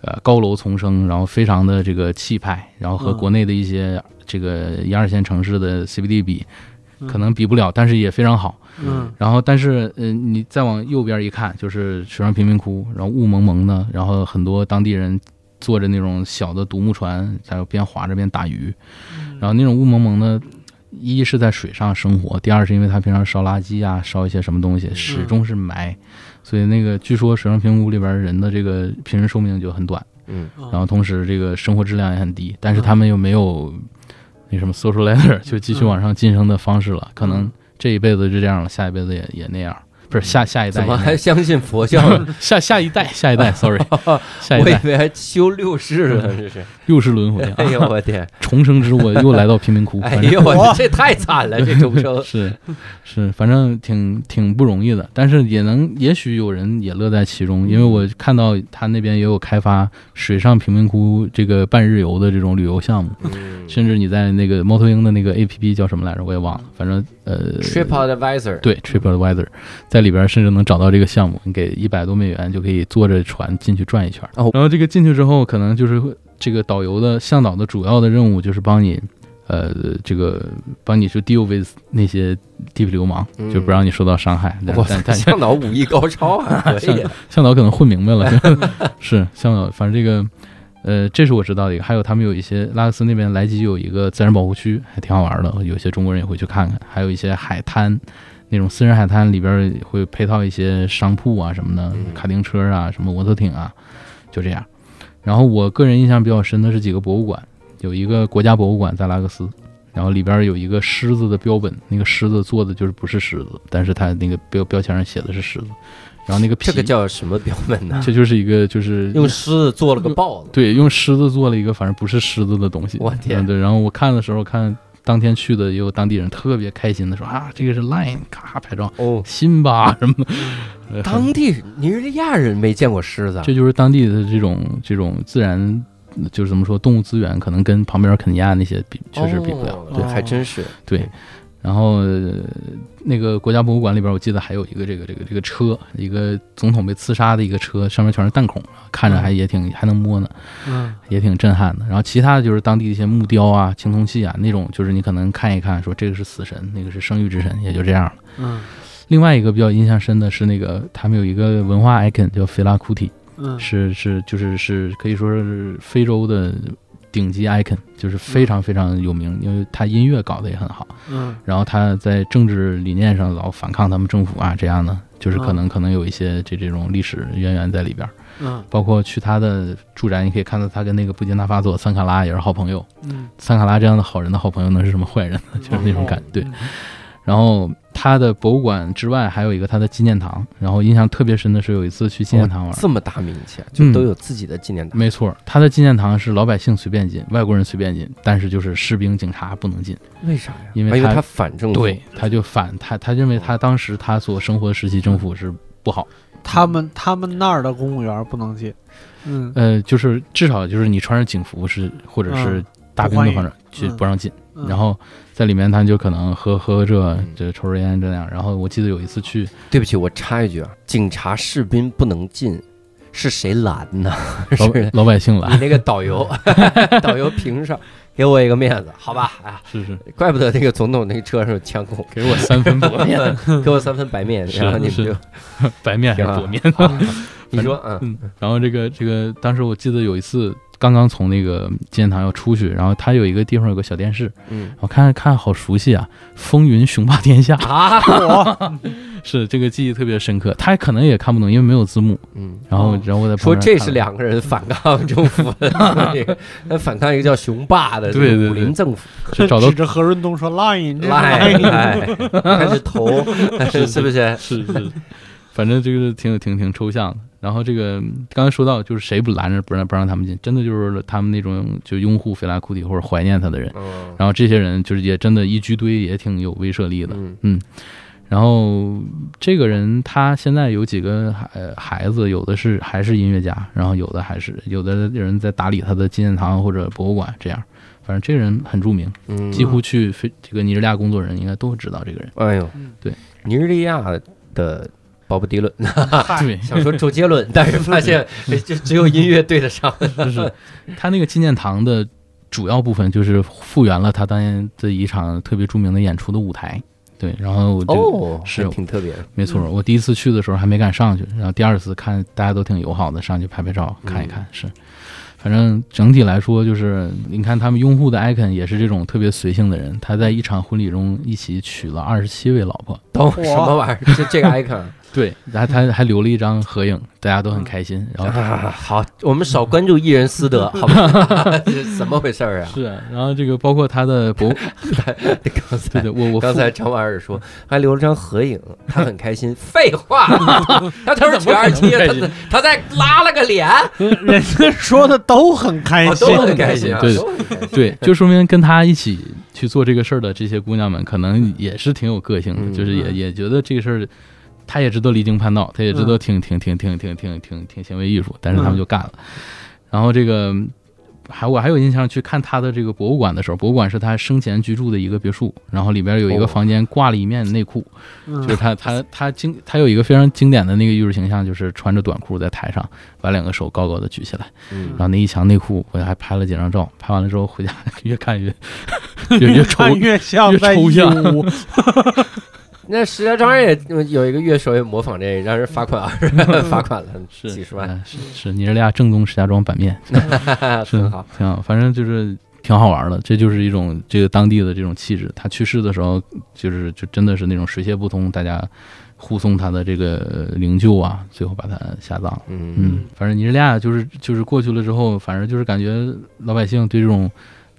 呃高楼丛生，然后非常的这个气派，然后和嗯国内的一些这个一二线城市的 CBD 比，嗯可能比不了，但是也非常好。嗯然后，但是，嗯、你再往右边一看，就是水上贫民窟，然后雾蒙蒙的，然后很多当地人坐着那种小的独木船，在边划着边打鱼，然后那种雾蒙蒙的，一是在水上生活，第二是因为他平常烧垃圾啊，烧一些什么东西，始终是埋，所以那个据说水上贫民窟里边人的这个平均寿命就很短，嗯，嗯然后同时这个生活质量也很低，但是他们又没有那什么 social ladder，就继续往上晋升的方式了，可能这一辈子就这样了，下一辈子也也那样，不是下下一代怎也么那样还相信佛教？ 下下一代下一代 ，sorry，下一我代以为还修六世呢，这是。又是轮回啊哎，呦我天！重生之我又来到贫民 窟，哎反正。呦我这太惨了，这众 生是是，反正挺挺不容易的，但是也能，也许有人也乐在其中，因为我看到他那边也有开发水上贫民窟这个半日游的这种旅游项目，嗯甚至你在那个猫头鹰的那个 A P P 叫什么来着，我也忘了，反正呃 Trip Advisor，对 TripAdvisor，在里边甚至能找到这个项目，你给一百多美元就可以坐着船进去转一圈儿。哦然后这个进去之后，可能就是会这个导游的向导的主要的任务就是帮你，呃，这个帮你去 deal with 那些地痞流氓，嗯就不让你受到伤害。但哇但但 向导武艺高 超啊！可以的向导可能混明白了， 是向导，反正这个。呃，这是我知道的一个，还有他们有一些拉克斯那边莱吉有一个自然保护区，还挺好玩的，有些中国人也会去看看，还有一些海滩，那种私人海滩里边会配套一些商铺啊什么的嗯，卡丁车啊，什么摩托艇啊，就这样。然后我个人印象比较深的是几个博物馆，有一个国家博物馆在拉各斯，然后里边有一个狮子的标本，那个狮子做的就是不是狮子，但是它那个标标签上写的是狮子，然后那个皮这个叫什么标本 呢？这就是一个就是啊用狮子做了个豹子，对，用狮子做了一个反正不是狮子的东西。我天嗯对，然后我看的时候看当天去的也有当地人特别开心的说啊，这个是 Line，咔拍照，哦，辛巴什么的。呃很当地尼日利亚人没见过狮子啊，这就是当地的这种这种自然，就是怎么说，动物资源可能跟旁边肯尼亚那些比，确实比不了。哦对哦还真是对。然后、呃那个国家博物馆里边，我记得还有一个这个这个这个车，一个总统被刺杀的一个车，上面全是弹孔，看嗯着还也挺还能摸呢。嗯也挺震撼的。然后其他的就是当地一些木雕啊、青铜器啊那种，就是你可能看一看，说这个是死神，那个是生育之神，也就这样了。嗯另外一个比较印象深的是那个他们有一个文化 icon 叫菲拉库提，嗯，是是就是是可以说是非洲的顶级 icon，就是非常非常有名，因为他音乐搞得也很好。嗯然后他在政治理念上老反抗他们政府啊，这样的就是可能可能有一些这这种历史渊源在里边。嗯包括去他的住宅，你可以看到他跟那个布吉纳法索、桑卡拉也是好朋友。嗯，桑卡拉这样的好人的好朋友能是什么坏人呢？ 就是那种感觉。对嗯，然后他的博物馆之外还有一个他的纪念堂，然后印象特别深的是有一次去纪念堂哦玩。这么大名气啊，就都有自己的纪念 堂。没错，他的纪念堂是老百姓随便进，外国人随便进，但是就是士兵、警察不能进。为啥呀？哎因为啊他他反政 府，对，他就反他，他哦认为他当时他所生活的时期政府是不好，他们他们那儿的公务员不能进，嗯呃，就是至少就是你穿着警服是或者是嗯大兵的不欢方式去嗯不让进。嗯然后在里面他就可能喝喝这嗯这抽着烟这样。然后我记得有一次 去，对不起，我插一句啊，警察、士兵不能进，是谁拦呢？老是老百姓你来，那个 导游，导游凭啥给我一个面子？好吧，啊，是是，怪不得那个总统那个车上有枪 孔，给我 三分薄 面，给我三分白面，是然后你们是就白面还挺是好薄面？好你说嗯，嗯，然后这个这个，当时我记得有一次刚刚从那个纪念堂要出去，然后他有一个地方有个小电视，嗯我看看好熟悉啊，《风云雄霸天下》 啊， 是这个记忆特别深刻，他可能也看不懂，因为没有字幕。嗯。然后哦然后我在旁说边这看是了两个人反抗政府的那个，那反抗一个叫熊爸的对对对武林政府，是找到指着何润东说 “line”，这是赖 line 赖，但是头 是不是？是是，反正这个挺挺挺抽象的。然后这个嗯刚才说到，就是谁不拦着不让不让他们进，真的就是他们那种就拥护菲拉库蒂或者怀念他的人。嗯然后这些人就是也真的，一居堆也挺有威慑力的。嗯然后这个人他现在有几个孩呃孩子，有的是还是音乐家，然后有的还是有的人在打理他的纪念堂或者博物馆这样。反正这个人很著名，嗯，几乎去非这个尼日利亚工作人应该都知道这个人。哎呦嗯，对，尼日利亚的鲍勃迪伦，对，想说周杰伦，但是发 现哎就只有音乐对得上。 就是他那个纪念堂的主要部分，就是复原了他当年的一场特别著名的演出的舞台。对，然后我就、哦，是还挺特别的。没错，我第一次去的时候还没敢上去，然后第二次看大家都挺友好的，上去拍拍照看一看。是，反正整体来说就是，你看他们拥护的 icon 也是这种特别随性的人，他在一场婚礼中一起娶了二十七位老婆。等会儿什么玩意儿？这这个 icon 对，然后他还留了一张合影，大家都很开心。 然后 啊，好，我们少关注艺人私 德，好吧？这是怎么回事儿啊？是啊，然后这个包括他的博，刚对才对，我我刚复才张婉儿说还留了张合 影，他很开心。废话， 他他说娶二七，开他心他他再拉了个脸，人家说的都很开我心，都很开心啊，对都很开心。对，就说明跟他一起去做这个事儿的这些姑娘们，可能也是挺有个性的，嗯就是也嗯也觉得这个事儿，她也知道离经叛道，她也知道挺挺挺挺挺挺挺挺行为艺术，但是他们嗯就干了。然后这个还我还有印象，去看他的这个博物馆的时候，博物馆是他生前居住的一个别墅，然后里边有一个哦房间挂了一面内裤，嗯就是他他他经他有一个非常经典的那个艺术形象，就是穿着短裤在台上，把两个手高高的举起来。嗯然后那一墙内裤，我还拍了几张照。拍完了之后回家 越看越越 越抽看，越像越在义抽象 乌，那石家庄也有一个乐手也模仿这，让人罚 款二十罚款了哎是 几十万，啊嗯是是尼日利亚正宗石家庄版面，很是好。挺好。反正就是挺好玩的。这就是一种这个当地的这种气质。他去世的时候，就是就真的是那种水泄不通，大家护送他的这个呃灵柩啊，最后把他下葬了。嗯，嗯，反正尼日利亚就是就是过去了之后，反正就是感觉老百姓对这种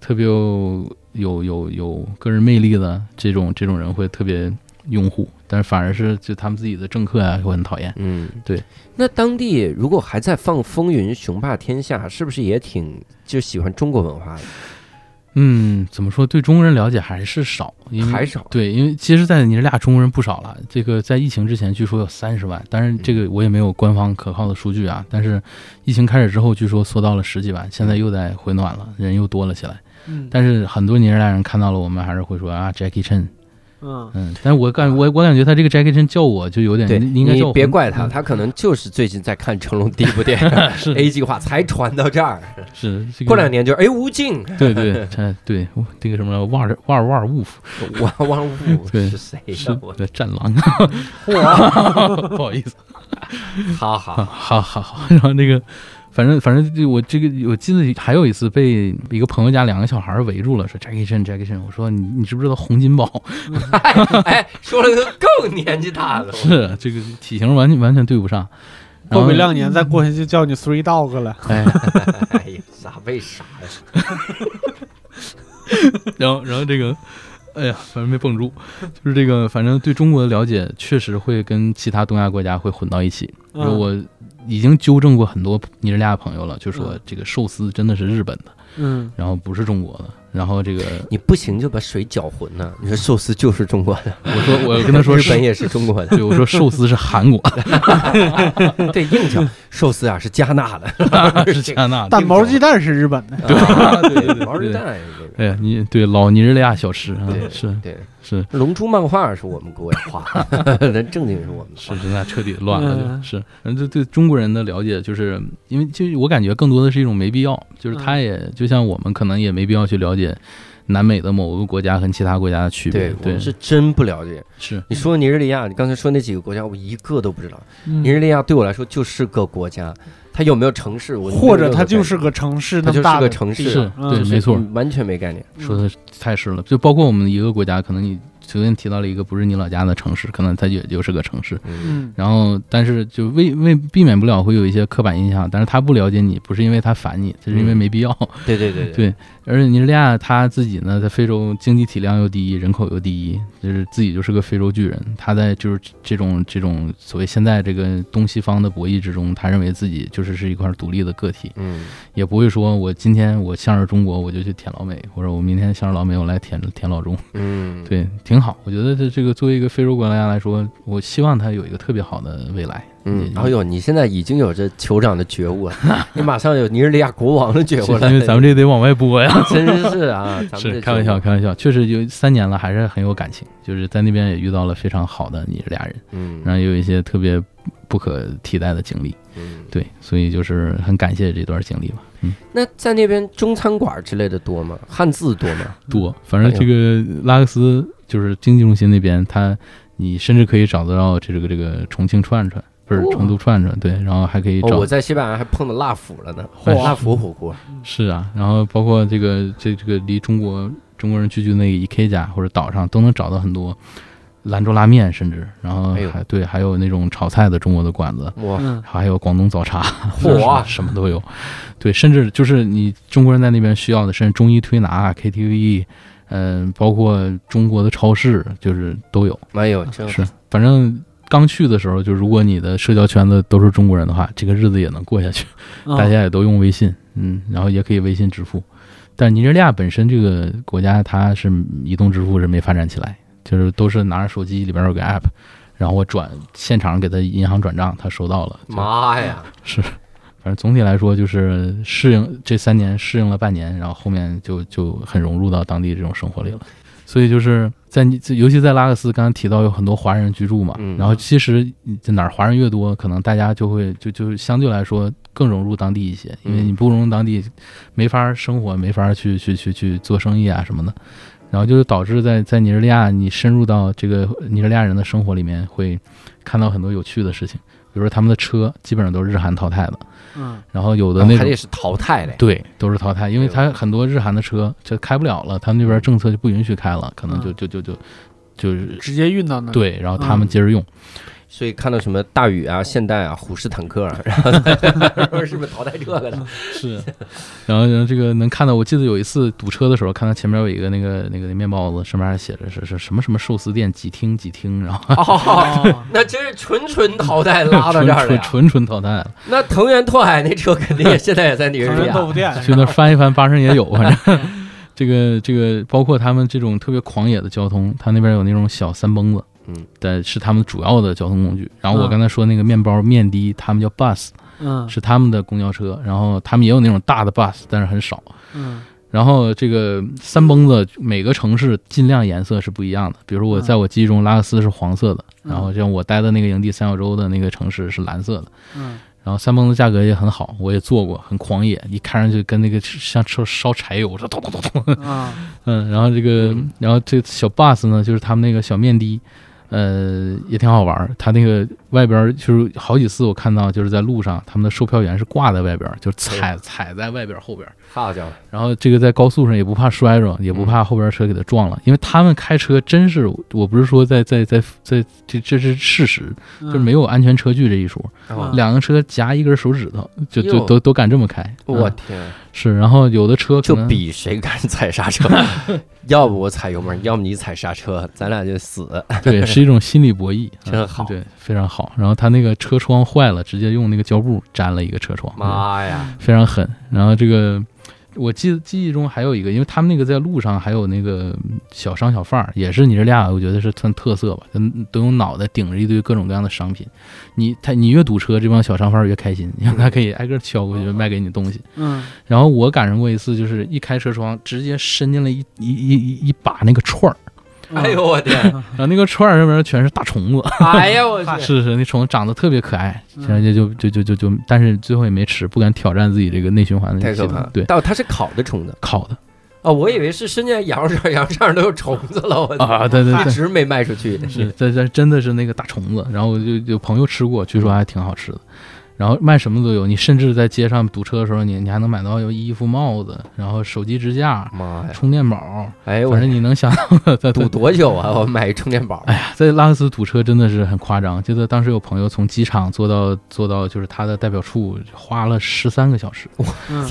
特别有有有有个人魅力的这种这种人会特别拥护，但是反而是就他们自己的政客啊会很讨厌。嗯，对。那当地如果还在放《风云雄霸天下》，是不是也挺就喜欢中国文化的？嗯，怎么说？对中国人了解还是少，因为还少对，因为其实，在尼日利亚中国人不少了。这个在疫情之前，据说有三十万，但是这个我也没有官方可靠的数据啊。但是疫情开始之后，据说缩到了十几万，现在又在回暖了，人又多了起来。嗯但是很多尼日利亚人看到了我们，还是会说啊，Jackie Chan。嗯，嗯，但我感我我感觉他这个 Jackie Chan 叫我就有点，啊对，嗯你你应该叫我别红怪他，嗯他可能就是最近在看成龙第一部电 影是 A 计划，才传到这儿，嗯是这个哎过两年就哎吴京，对对，他对我这个什么瓦尔瓦尔瓦尔沃夫汪汪物 对是谁是呀？我的战 狼，嚯， 不好意思。好啊，好，好好好， 然后那个，反正反正就我这个，我记得还有一次被一个朋友家两个小孩围住了，说 Jackie Chan Jackie Chan，我说你你知不知道洪金宝？，哎，说了个更年纪大的 是这个体型完全完全对不上，然过后没两年再过去就叫你 Three Dog 了。哎，哎呀，啥为啥 呀？然后然后这个。哎呀，反正没绷住，就是这个，反正对中国的了解确实会跟其他东亚国家会混到一起。因为嗯我已经纠正过很多尼日利亚朋友了，就说嗯这个寿司真的是日本的，嗯，然后不是中国的。然后这 个你不行就把水搅浑了。你说寿司就是中国的，我说我跟他说日是本也是中国 的，对，我说寿司是韩国对，硬讲寿司啊是加纳的， 的，是加纳的。蛋包鸡蛋是日本的，啊对对对，毛驴蛋这个。哎呀，你对老尼日利亚小吃啊对，是对，是《龙珠》漫画是我们国画， 那正经是我们的是，那彻底乱了，嗯就是。反正对对中国人的了解，就是因为就我感觉更多的是一种没必要，就是他也就像我们可能也没必要去了解南美的某个国家和其他国家的区别对，，我对们是真不了解。是你说尼日利亚，你刚才说那几个国家，我一个都不知道。尼嗯日利亚对我来说就是个国家，它有没有城市，我或者它就没有是个城市它那就么是大个的，城市，是，嗯对，就是没错，嗯完全没概念。说的太是了。就包括我们一个国家，可能你随便提到了一个不是你老家的城市，可能它也就是个城市。嗯嗯然后，但是就为为避免不了会有一些刻板印象，但是他不了解你，不是因为他烦你，就是因为没必要。对对对对而且尼日利亚他自己呢，在非洲经济体量又第一，人口又第一，就是自己就是个非洲巨人。他在就是这种这种所谓现在这个东西方的博弈之中，他认为自己就是是一块独立的个体，嗯，也不会说我今天我向着中国我就去舔老美，或者我明天向着老美我来舔舔老中。嗯，对，挺好。我觉得这这个作为一个非洲国家来说，我希望它有一个特别好的未来。嗯，也哎呦，你现在已经有这酋长的觉悟了， 你马上有尼日利亚国王的觉悟了。因为咱们这得往外播呀。真是啊， 咱们这是开玩笑，就，开玩笑，确实有三年了，还是很有感情。就是在那边也遇到了非常好的你俩人，然嗯后也有一些特别不可替代的经历。嗯。对，所以就是很感谢这段经历吧。嗯，那在那边中餐馆之类的多吗？汉字多吗？多，反哎正这个拉各斯就是经济中心那边，它你甚至可以找得到这个这个重庆串串，不是哦成都串串，对，然后还可以哦，找我在西班牙还碰到辣腐了呢，哎嚯辣腐火锅。是啊，然后包括这个这这个离中国中国人聚居的那个 EK 家或者岛上，都能找到很多兰州拉面，甚至然后哎呦还对，还有那种炒菜的中国的馆子，哇，嗯，还有广东早 茶，嚯什么都有。对，甚至就是你中国人在那边需要的，甚至中医推拿、KTV，嗯、包括中国的超市，就是都有。哎呦，真是，反正。刚去的时候，就如果你的社交圈子都是中国人的话，这个日子也能过下去。嗯大家也都用微信，嗯，然后也可以微信支付。但尼日利亚本身这个国家，它是移动支付是没发展起来，就是都是拿着手机里边有个 app，然后我转现场给他银行转账，他收到了。就妈呀！ 是，反正总体来说就是适应这三年适应了半年，然后后面就就很融入到当地这种生活里了。所以就是在你，尤其在拉各斯，刚刚提到有很多华人居住嘛，嗯然后其实在哪儿华人越多，可能大家就会就就相对来说更融入当地一些，因为嗯你不融入当地，没法生活，没法去去去去做生意啊什么的，然后就导致在在尼日利亚，你深入到这个尼日利亚人的生活里面，会看到很多有趣的事情。比如说他们的车基本上都是日韩淘汰的，嗯然后有的哦那还种得是淘汰嘞。对都是淘汰，因为哎他很多日韩的车就开不了了，他们那边政策就不允许开了，可能就嗯就就就就是直接运到那儿。对，然后他们嗯接着用。 所以看到什么大宇啊、现代啊、虎式坦克啊， 然后说是不是淘汰这个的？是，然后然后这个能看到，我记得有一次堵车的时候，看到前面有一个那个那个面包子，上面还写着是是什么什么寿司店几厅几厅，然后哦，哦，那真是纯纯淘汰拉到纯这儿了 纯呀。纯纯淘汰了，那藤原拓海那车肯定 也现在也在尼日唐利人豆亚。腐店去 那儿翻一翻，八成也有，反正这个这个包括他们这种特别狂野的交通，他那边有那种小三蹦子，嗯，但是他们主要的交通工具。然后我嗯刚才说那个面包面的，他们叫 bus，嗯是他们的公交车，然后他们也有那种大的 bus，但是很少。嗯然后这个三蹦子每个城市尽量颜色是不一样的，比如说我嗯在我记忆中拉各斯是黄色的，嗯然后像我待的那个营地三角洲的那个城市是蓝色的，嗯，然后三蹦子价格也很好，我也坐过，很狂野，一看上去跟那个像烧烧柴油，说咚咚咚咚，啊，嗯，然后这个嗯然后这小 bus 呢，就是他们那个小面的。呃，也挺好玩儿。他那个外边儿就是好几次我看到，就是在路上，他们的售票员是挂在外边儿，就踩踩在外边儿后边儿。好家伙，然后这个在高速上也不怕摔着，也不怕后边车给他撞了，因为他们开车真是，我不是说在在在在这这是事实，就是没有有安全车距这一说，哦两个车夹一根手指头就就哟都都敢这么开，嗯我天，是，然后有的车可就能比谁敢踩刹 车，要不我踩油门，要么你踩刹车，咱俩就死。 对是一种心理博弈，嗯真好对，非常好。然后他那个车窗坏了，直接用那个胶布粘了一个车窗，妈呀，非常狠。然后这个我记记忆中还有一个，因为他们那个在路上还有那个小商小贩儿，也是尼日利亚，我觉得是算特色吧，嗯都用脑袋顶着一堆各种各样的商品。你他你越堵车，这帮小商贩儿越开心，因为他可以挨个敲哦过去卖给你东西。嗯然后我赶上过一次，就是一开车窗，直接伸进了一一一一一把那个串儿，嗯哎呦我天， 然后那个串儿上面全是大虫 子。哎呀我去，是是，那虫长得特别可爱，嗯然后就就就就就，但是最后也没吃，不敢挑战自己这个内循环的太系可统怕了。对，但它是烤的虫子烤的啊，我以为是深圳羊肉串，羊肉串都有虫子了，我操啊，对对一 对，直没卖出去。是，这这真的是那个大虫子。然后我就有朋友吃过，据说还挺好吃的。然后卖什么都有，你甚至在街上堵车的时候，你你还能买到有衣服、帽子，然后手机支架、妈呀，充电宝，哎我反正你能想到的， 在堵在多久啊？我买一充电宝。哎呀，在拉各斯堵车真的是很夸张。记得当时有朋友从机场坐到坐到就是他的代表处，花了十三个小时。嗯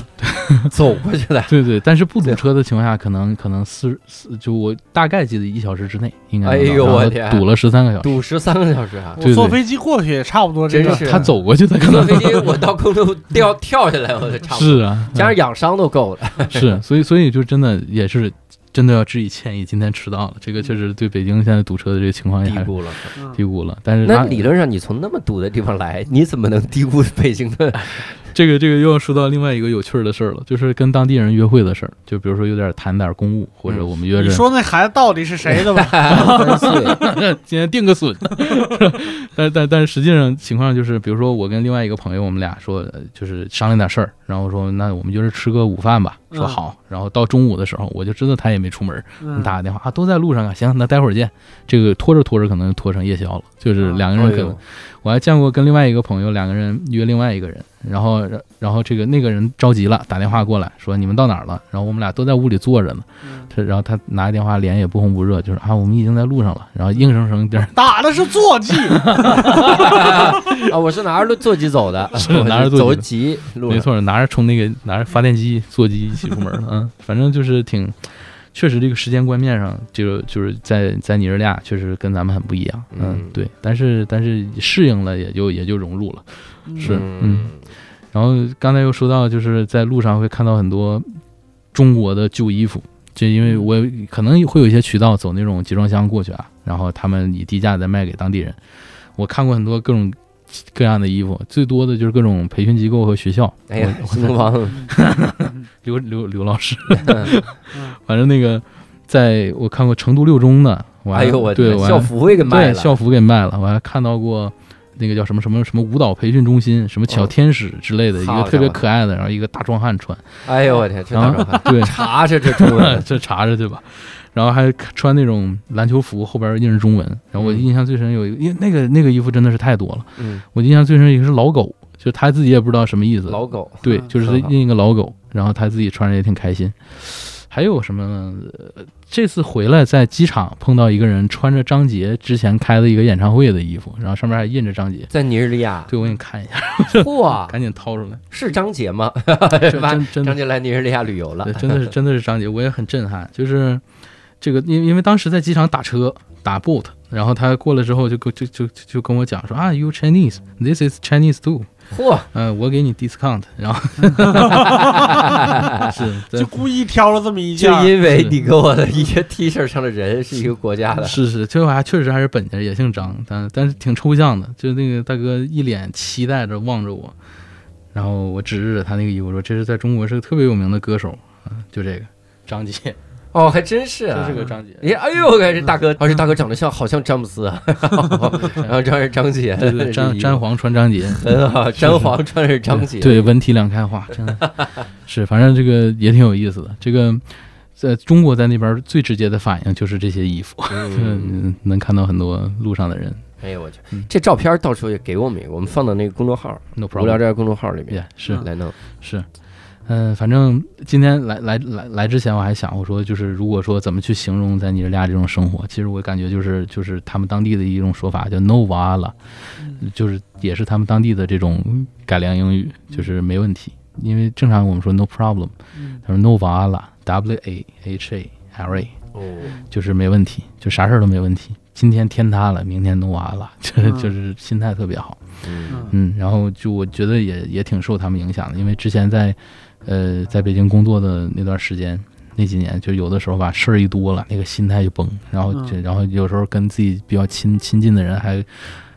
走过去的。对对，但是不最堵后车的情况下，可能可能四四，就我大概记得一小时之内应该能哎到。呦然我后天堵了十三个小时。堵十三个小时啊！我对对坐飞机过去也差不多这真个，是他走过去的可坐能飞机我到空中 掉跳下来，我就差不多。是啊，加上养伤都够了。嗯是，所以所以就真的也是真的要致以歉意，今天迟到了。这个嗯确实对北京现在堵车的这个情况也还是估了。嗯低估了，但是 那拉理论上，你从那么堵的地方来，你怎么能低估北京的？这个这个又要说到另外一个有趣儿的事儿了，就是跟当地人约会的事儿，就比如说有点谈点公务，或者嗯我们约你着说那孩子到底是谁的吧？ 三岁 今天定个损。 但但但实际上情况就是，比如说我跟另外一个朋友，我们俩说呃就是商量点事儿，然后说那我们就是吃个午饭吧，说嗯好。然后到中午的时候，我就知道他也没出门，嗯你打个电话啊，都在路上啊，行，那待会儿见。这个拖着拖着可能拖成夜宵了，就是啊两个人哎可能呦我还见过跟另外一个朋友，两个人约另外一个人，然后然后这个那个人着急了，打电话过来说你们到哪儿了？然后我们俩都在屋里坐着呢，嗯他然后他拿电话脸也不红不热，就是啊我们已经在路上了，然后硬生生地打的是坐骑， 啊！我是拿着座机走的， 是我拿着座机走急路上没，错，拿着充那个拿着发电机座机一起出门了，嗯，反正就是挺。确实，这个时间观念上，就就是在在尼日利亚，确实跟咱们很不一样。嗯嗯，对，但是但是适应了，也就也就融入了。是嗯，然后刚才又说到，就是在路上会看到很多中国的旧衣服，就因为我可能会有一些渠道走那种集装箱过去啊，然后他们以低价再卖给当地人。我看过很多各种各样的衣服，最多的就是各种培训机构和学校。哎呀，新东 方刘刘刘老师，嗯反正那个在我看过成都六中的，我还哎呦我对天，我还校服也给卖对了，校服给卖了，我还看到过。那个叫什么什么什么舞蹈培训中心，什么小嗯天使之类的，一好个特家别伙可爱的，然后一个大壮汉穿， 哎呦我天，这然大后壮汉对， 查查这中文，这查查去吧。然后还穿那种篮球服，后边印着中文。然后我嗯印象最深有一个，因为那个那个衣服真的是太多了。嗯，我印象最深一个是老狗，就他自己也不知道什么意思，老狗，对，嗯就是很好印一个老狗，然后他自己穿着也挺开心。还有什么呢？呃这次回来在机场碰到一个人穿着张杰之前开的一个演唱会的衣服，然后上面还印着张杰。在尼日利 亚，对，我给你看一下，哇，赶紧掏出来。是张杰吗？真吧真真哎张的，杰来尼日利亚旅游了对，真的是真的是张杰，我也很震撼。就是这个，因为因为当时在机场打车打 boat，然后他过来之后就跟就就就就跟我讲说啊，you Chinese，this is Chinese too，嚯，嗯、我给你 discount，然后 嗯 是真就故意挑了这么一件就儿，因为是你跟我的一些 T 恤上的人是一个国家的，是是，这娃确实还是本家，也姓张，但但是挺抽象的。就那个大哥一脸期待着望着我，然后我指着他那个衣服说：“这是在中国是个特别有名的歌手，啊，就这个张杰，哦，还真是这啊是。个张杰。哎，哎呦，看这大哥，而且大哥长得像，好像詹姆斯啊，然后张是张杰， 对对，是詹一詹皇穿张杰，很好，詹皇穿的是张杰，对，文体两开花，真的 是，反正这个也挺有意思的。这个在中国在那边最直接的反应就是这些衣服，嗯，嗯，能看到很多路上的人哎呦我去嗯，这照片到时候也给我们一个，我们放到那个公众号，no “无聊 problem，斋”公众号里面也是。来弄。是，嗯、反正今天来来来来之前，我还想我说，就是如果说怎么去形容在尼日利亚这种生活，其实我感觉就是就是他们当地的一种说法叫 “no vala”，就是嗯也是他们当地的这种改良英语，就是没问题。因为正常我们说 “no problem”，嗯他说 “no vala”，W A H A R A，哦，就是没问题，就啥事儿都没问题。今天天塌了，明天 no vala，就是 嗯就是心态特别好。嗯嗯嗯，然后就我觉得也也挺受他们影响的，因为之前在，呃，在北京工作的那段时间，那几年就有的时候吧，事儿一多了，那个心态就崩，然后就、嗯然后有时候跟自己比较亲亲近的人还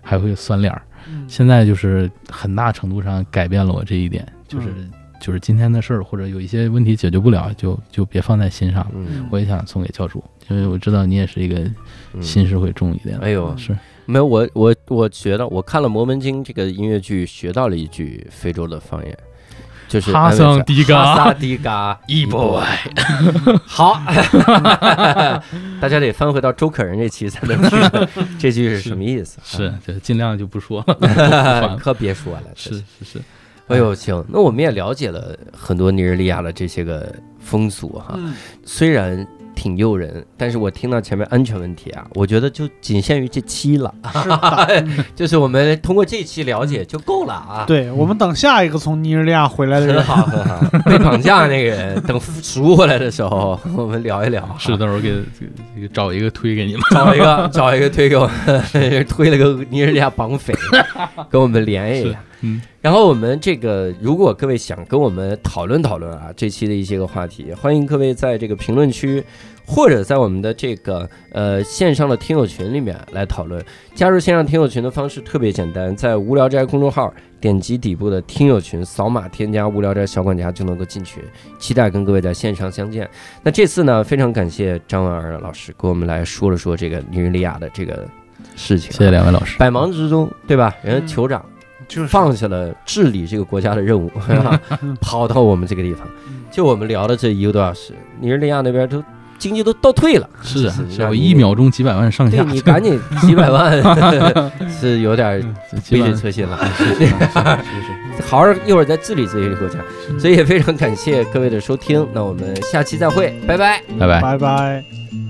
还会酸脸儿。嗯现在就是很大程度上改变了我这一点，就是、就是今天的事儿或者有一些问题解决不了，就就别放在心上了。嗯我也想送给教主，因为我知道你也是一个嗯心事会重一点嗯的。哎呦，是，没有我我我觉得我看了《摩门经》这个音乐剧，学到了一句非洲的方言，就是哈安慰桑自己迪嘎哈桑迪嘎伊波爱。好， 大家得翻回到周可人这期才能听 懂这句是什么意思。是，就尽量就不说了不烦了。可别说了，是真是是，哎呦，行，那我们也了解了很多尼日利亚的这些个风俗哈，嗯虽然挺诱人，但是我听到前面安全问题啊，我觉得就仅限于这期了，是的，嗯就是我们通过这期了解就够了啊。，对我们等下一个从尼日利亚回来的很人，好很 好。被绑架那个人，等赎回来的时候，我们聊一聊啊。是，到时候给给给找一个推给你们。找一个找一个推给我们， 推了个尼日利亚 绑匪，跟我们联系一是下。，嗯，然后我们这个，如果各位想跟我们讨论讨论啊，这期的一些个话题，欢迎各位在这个评论区，或者在我们的这个呃线上的听友群里面来讨论。加入线上听友群的方式特别简单，在无聊斋公众号点击底部的听友群，扫码添加无聊斋小管家就能够进群。期待跟各位在线上相见。那这次呢，非常感谢张文儿老师给我们来说了说这个尼日利亚的啊这个事情、 谢谢。两位老师。百忙之中，对吧？人家嗯酋长。就是放下了治理这个国家的任务，跑到我们这个地方嗯。就我们聊了这一个多小时，尼日利亚那边都经济都倒退了，是啊，是是我让一你秒钟几百万上对下，你赶紧几百万 是有点 几百杯水万车薪了。是是 好好一会儿再治理治理这个国家，所以也非常感谢各位的收听，那我们下期再会，拜拜。拜拜。拜拜。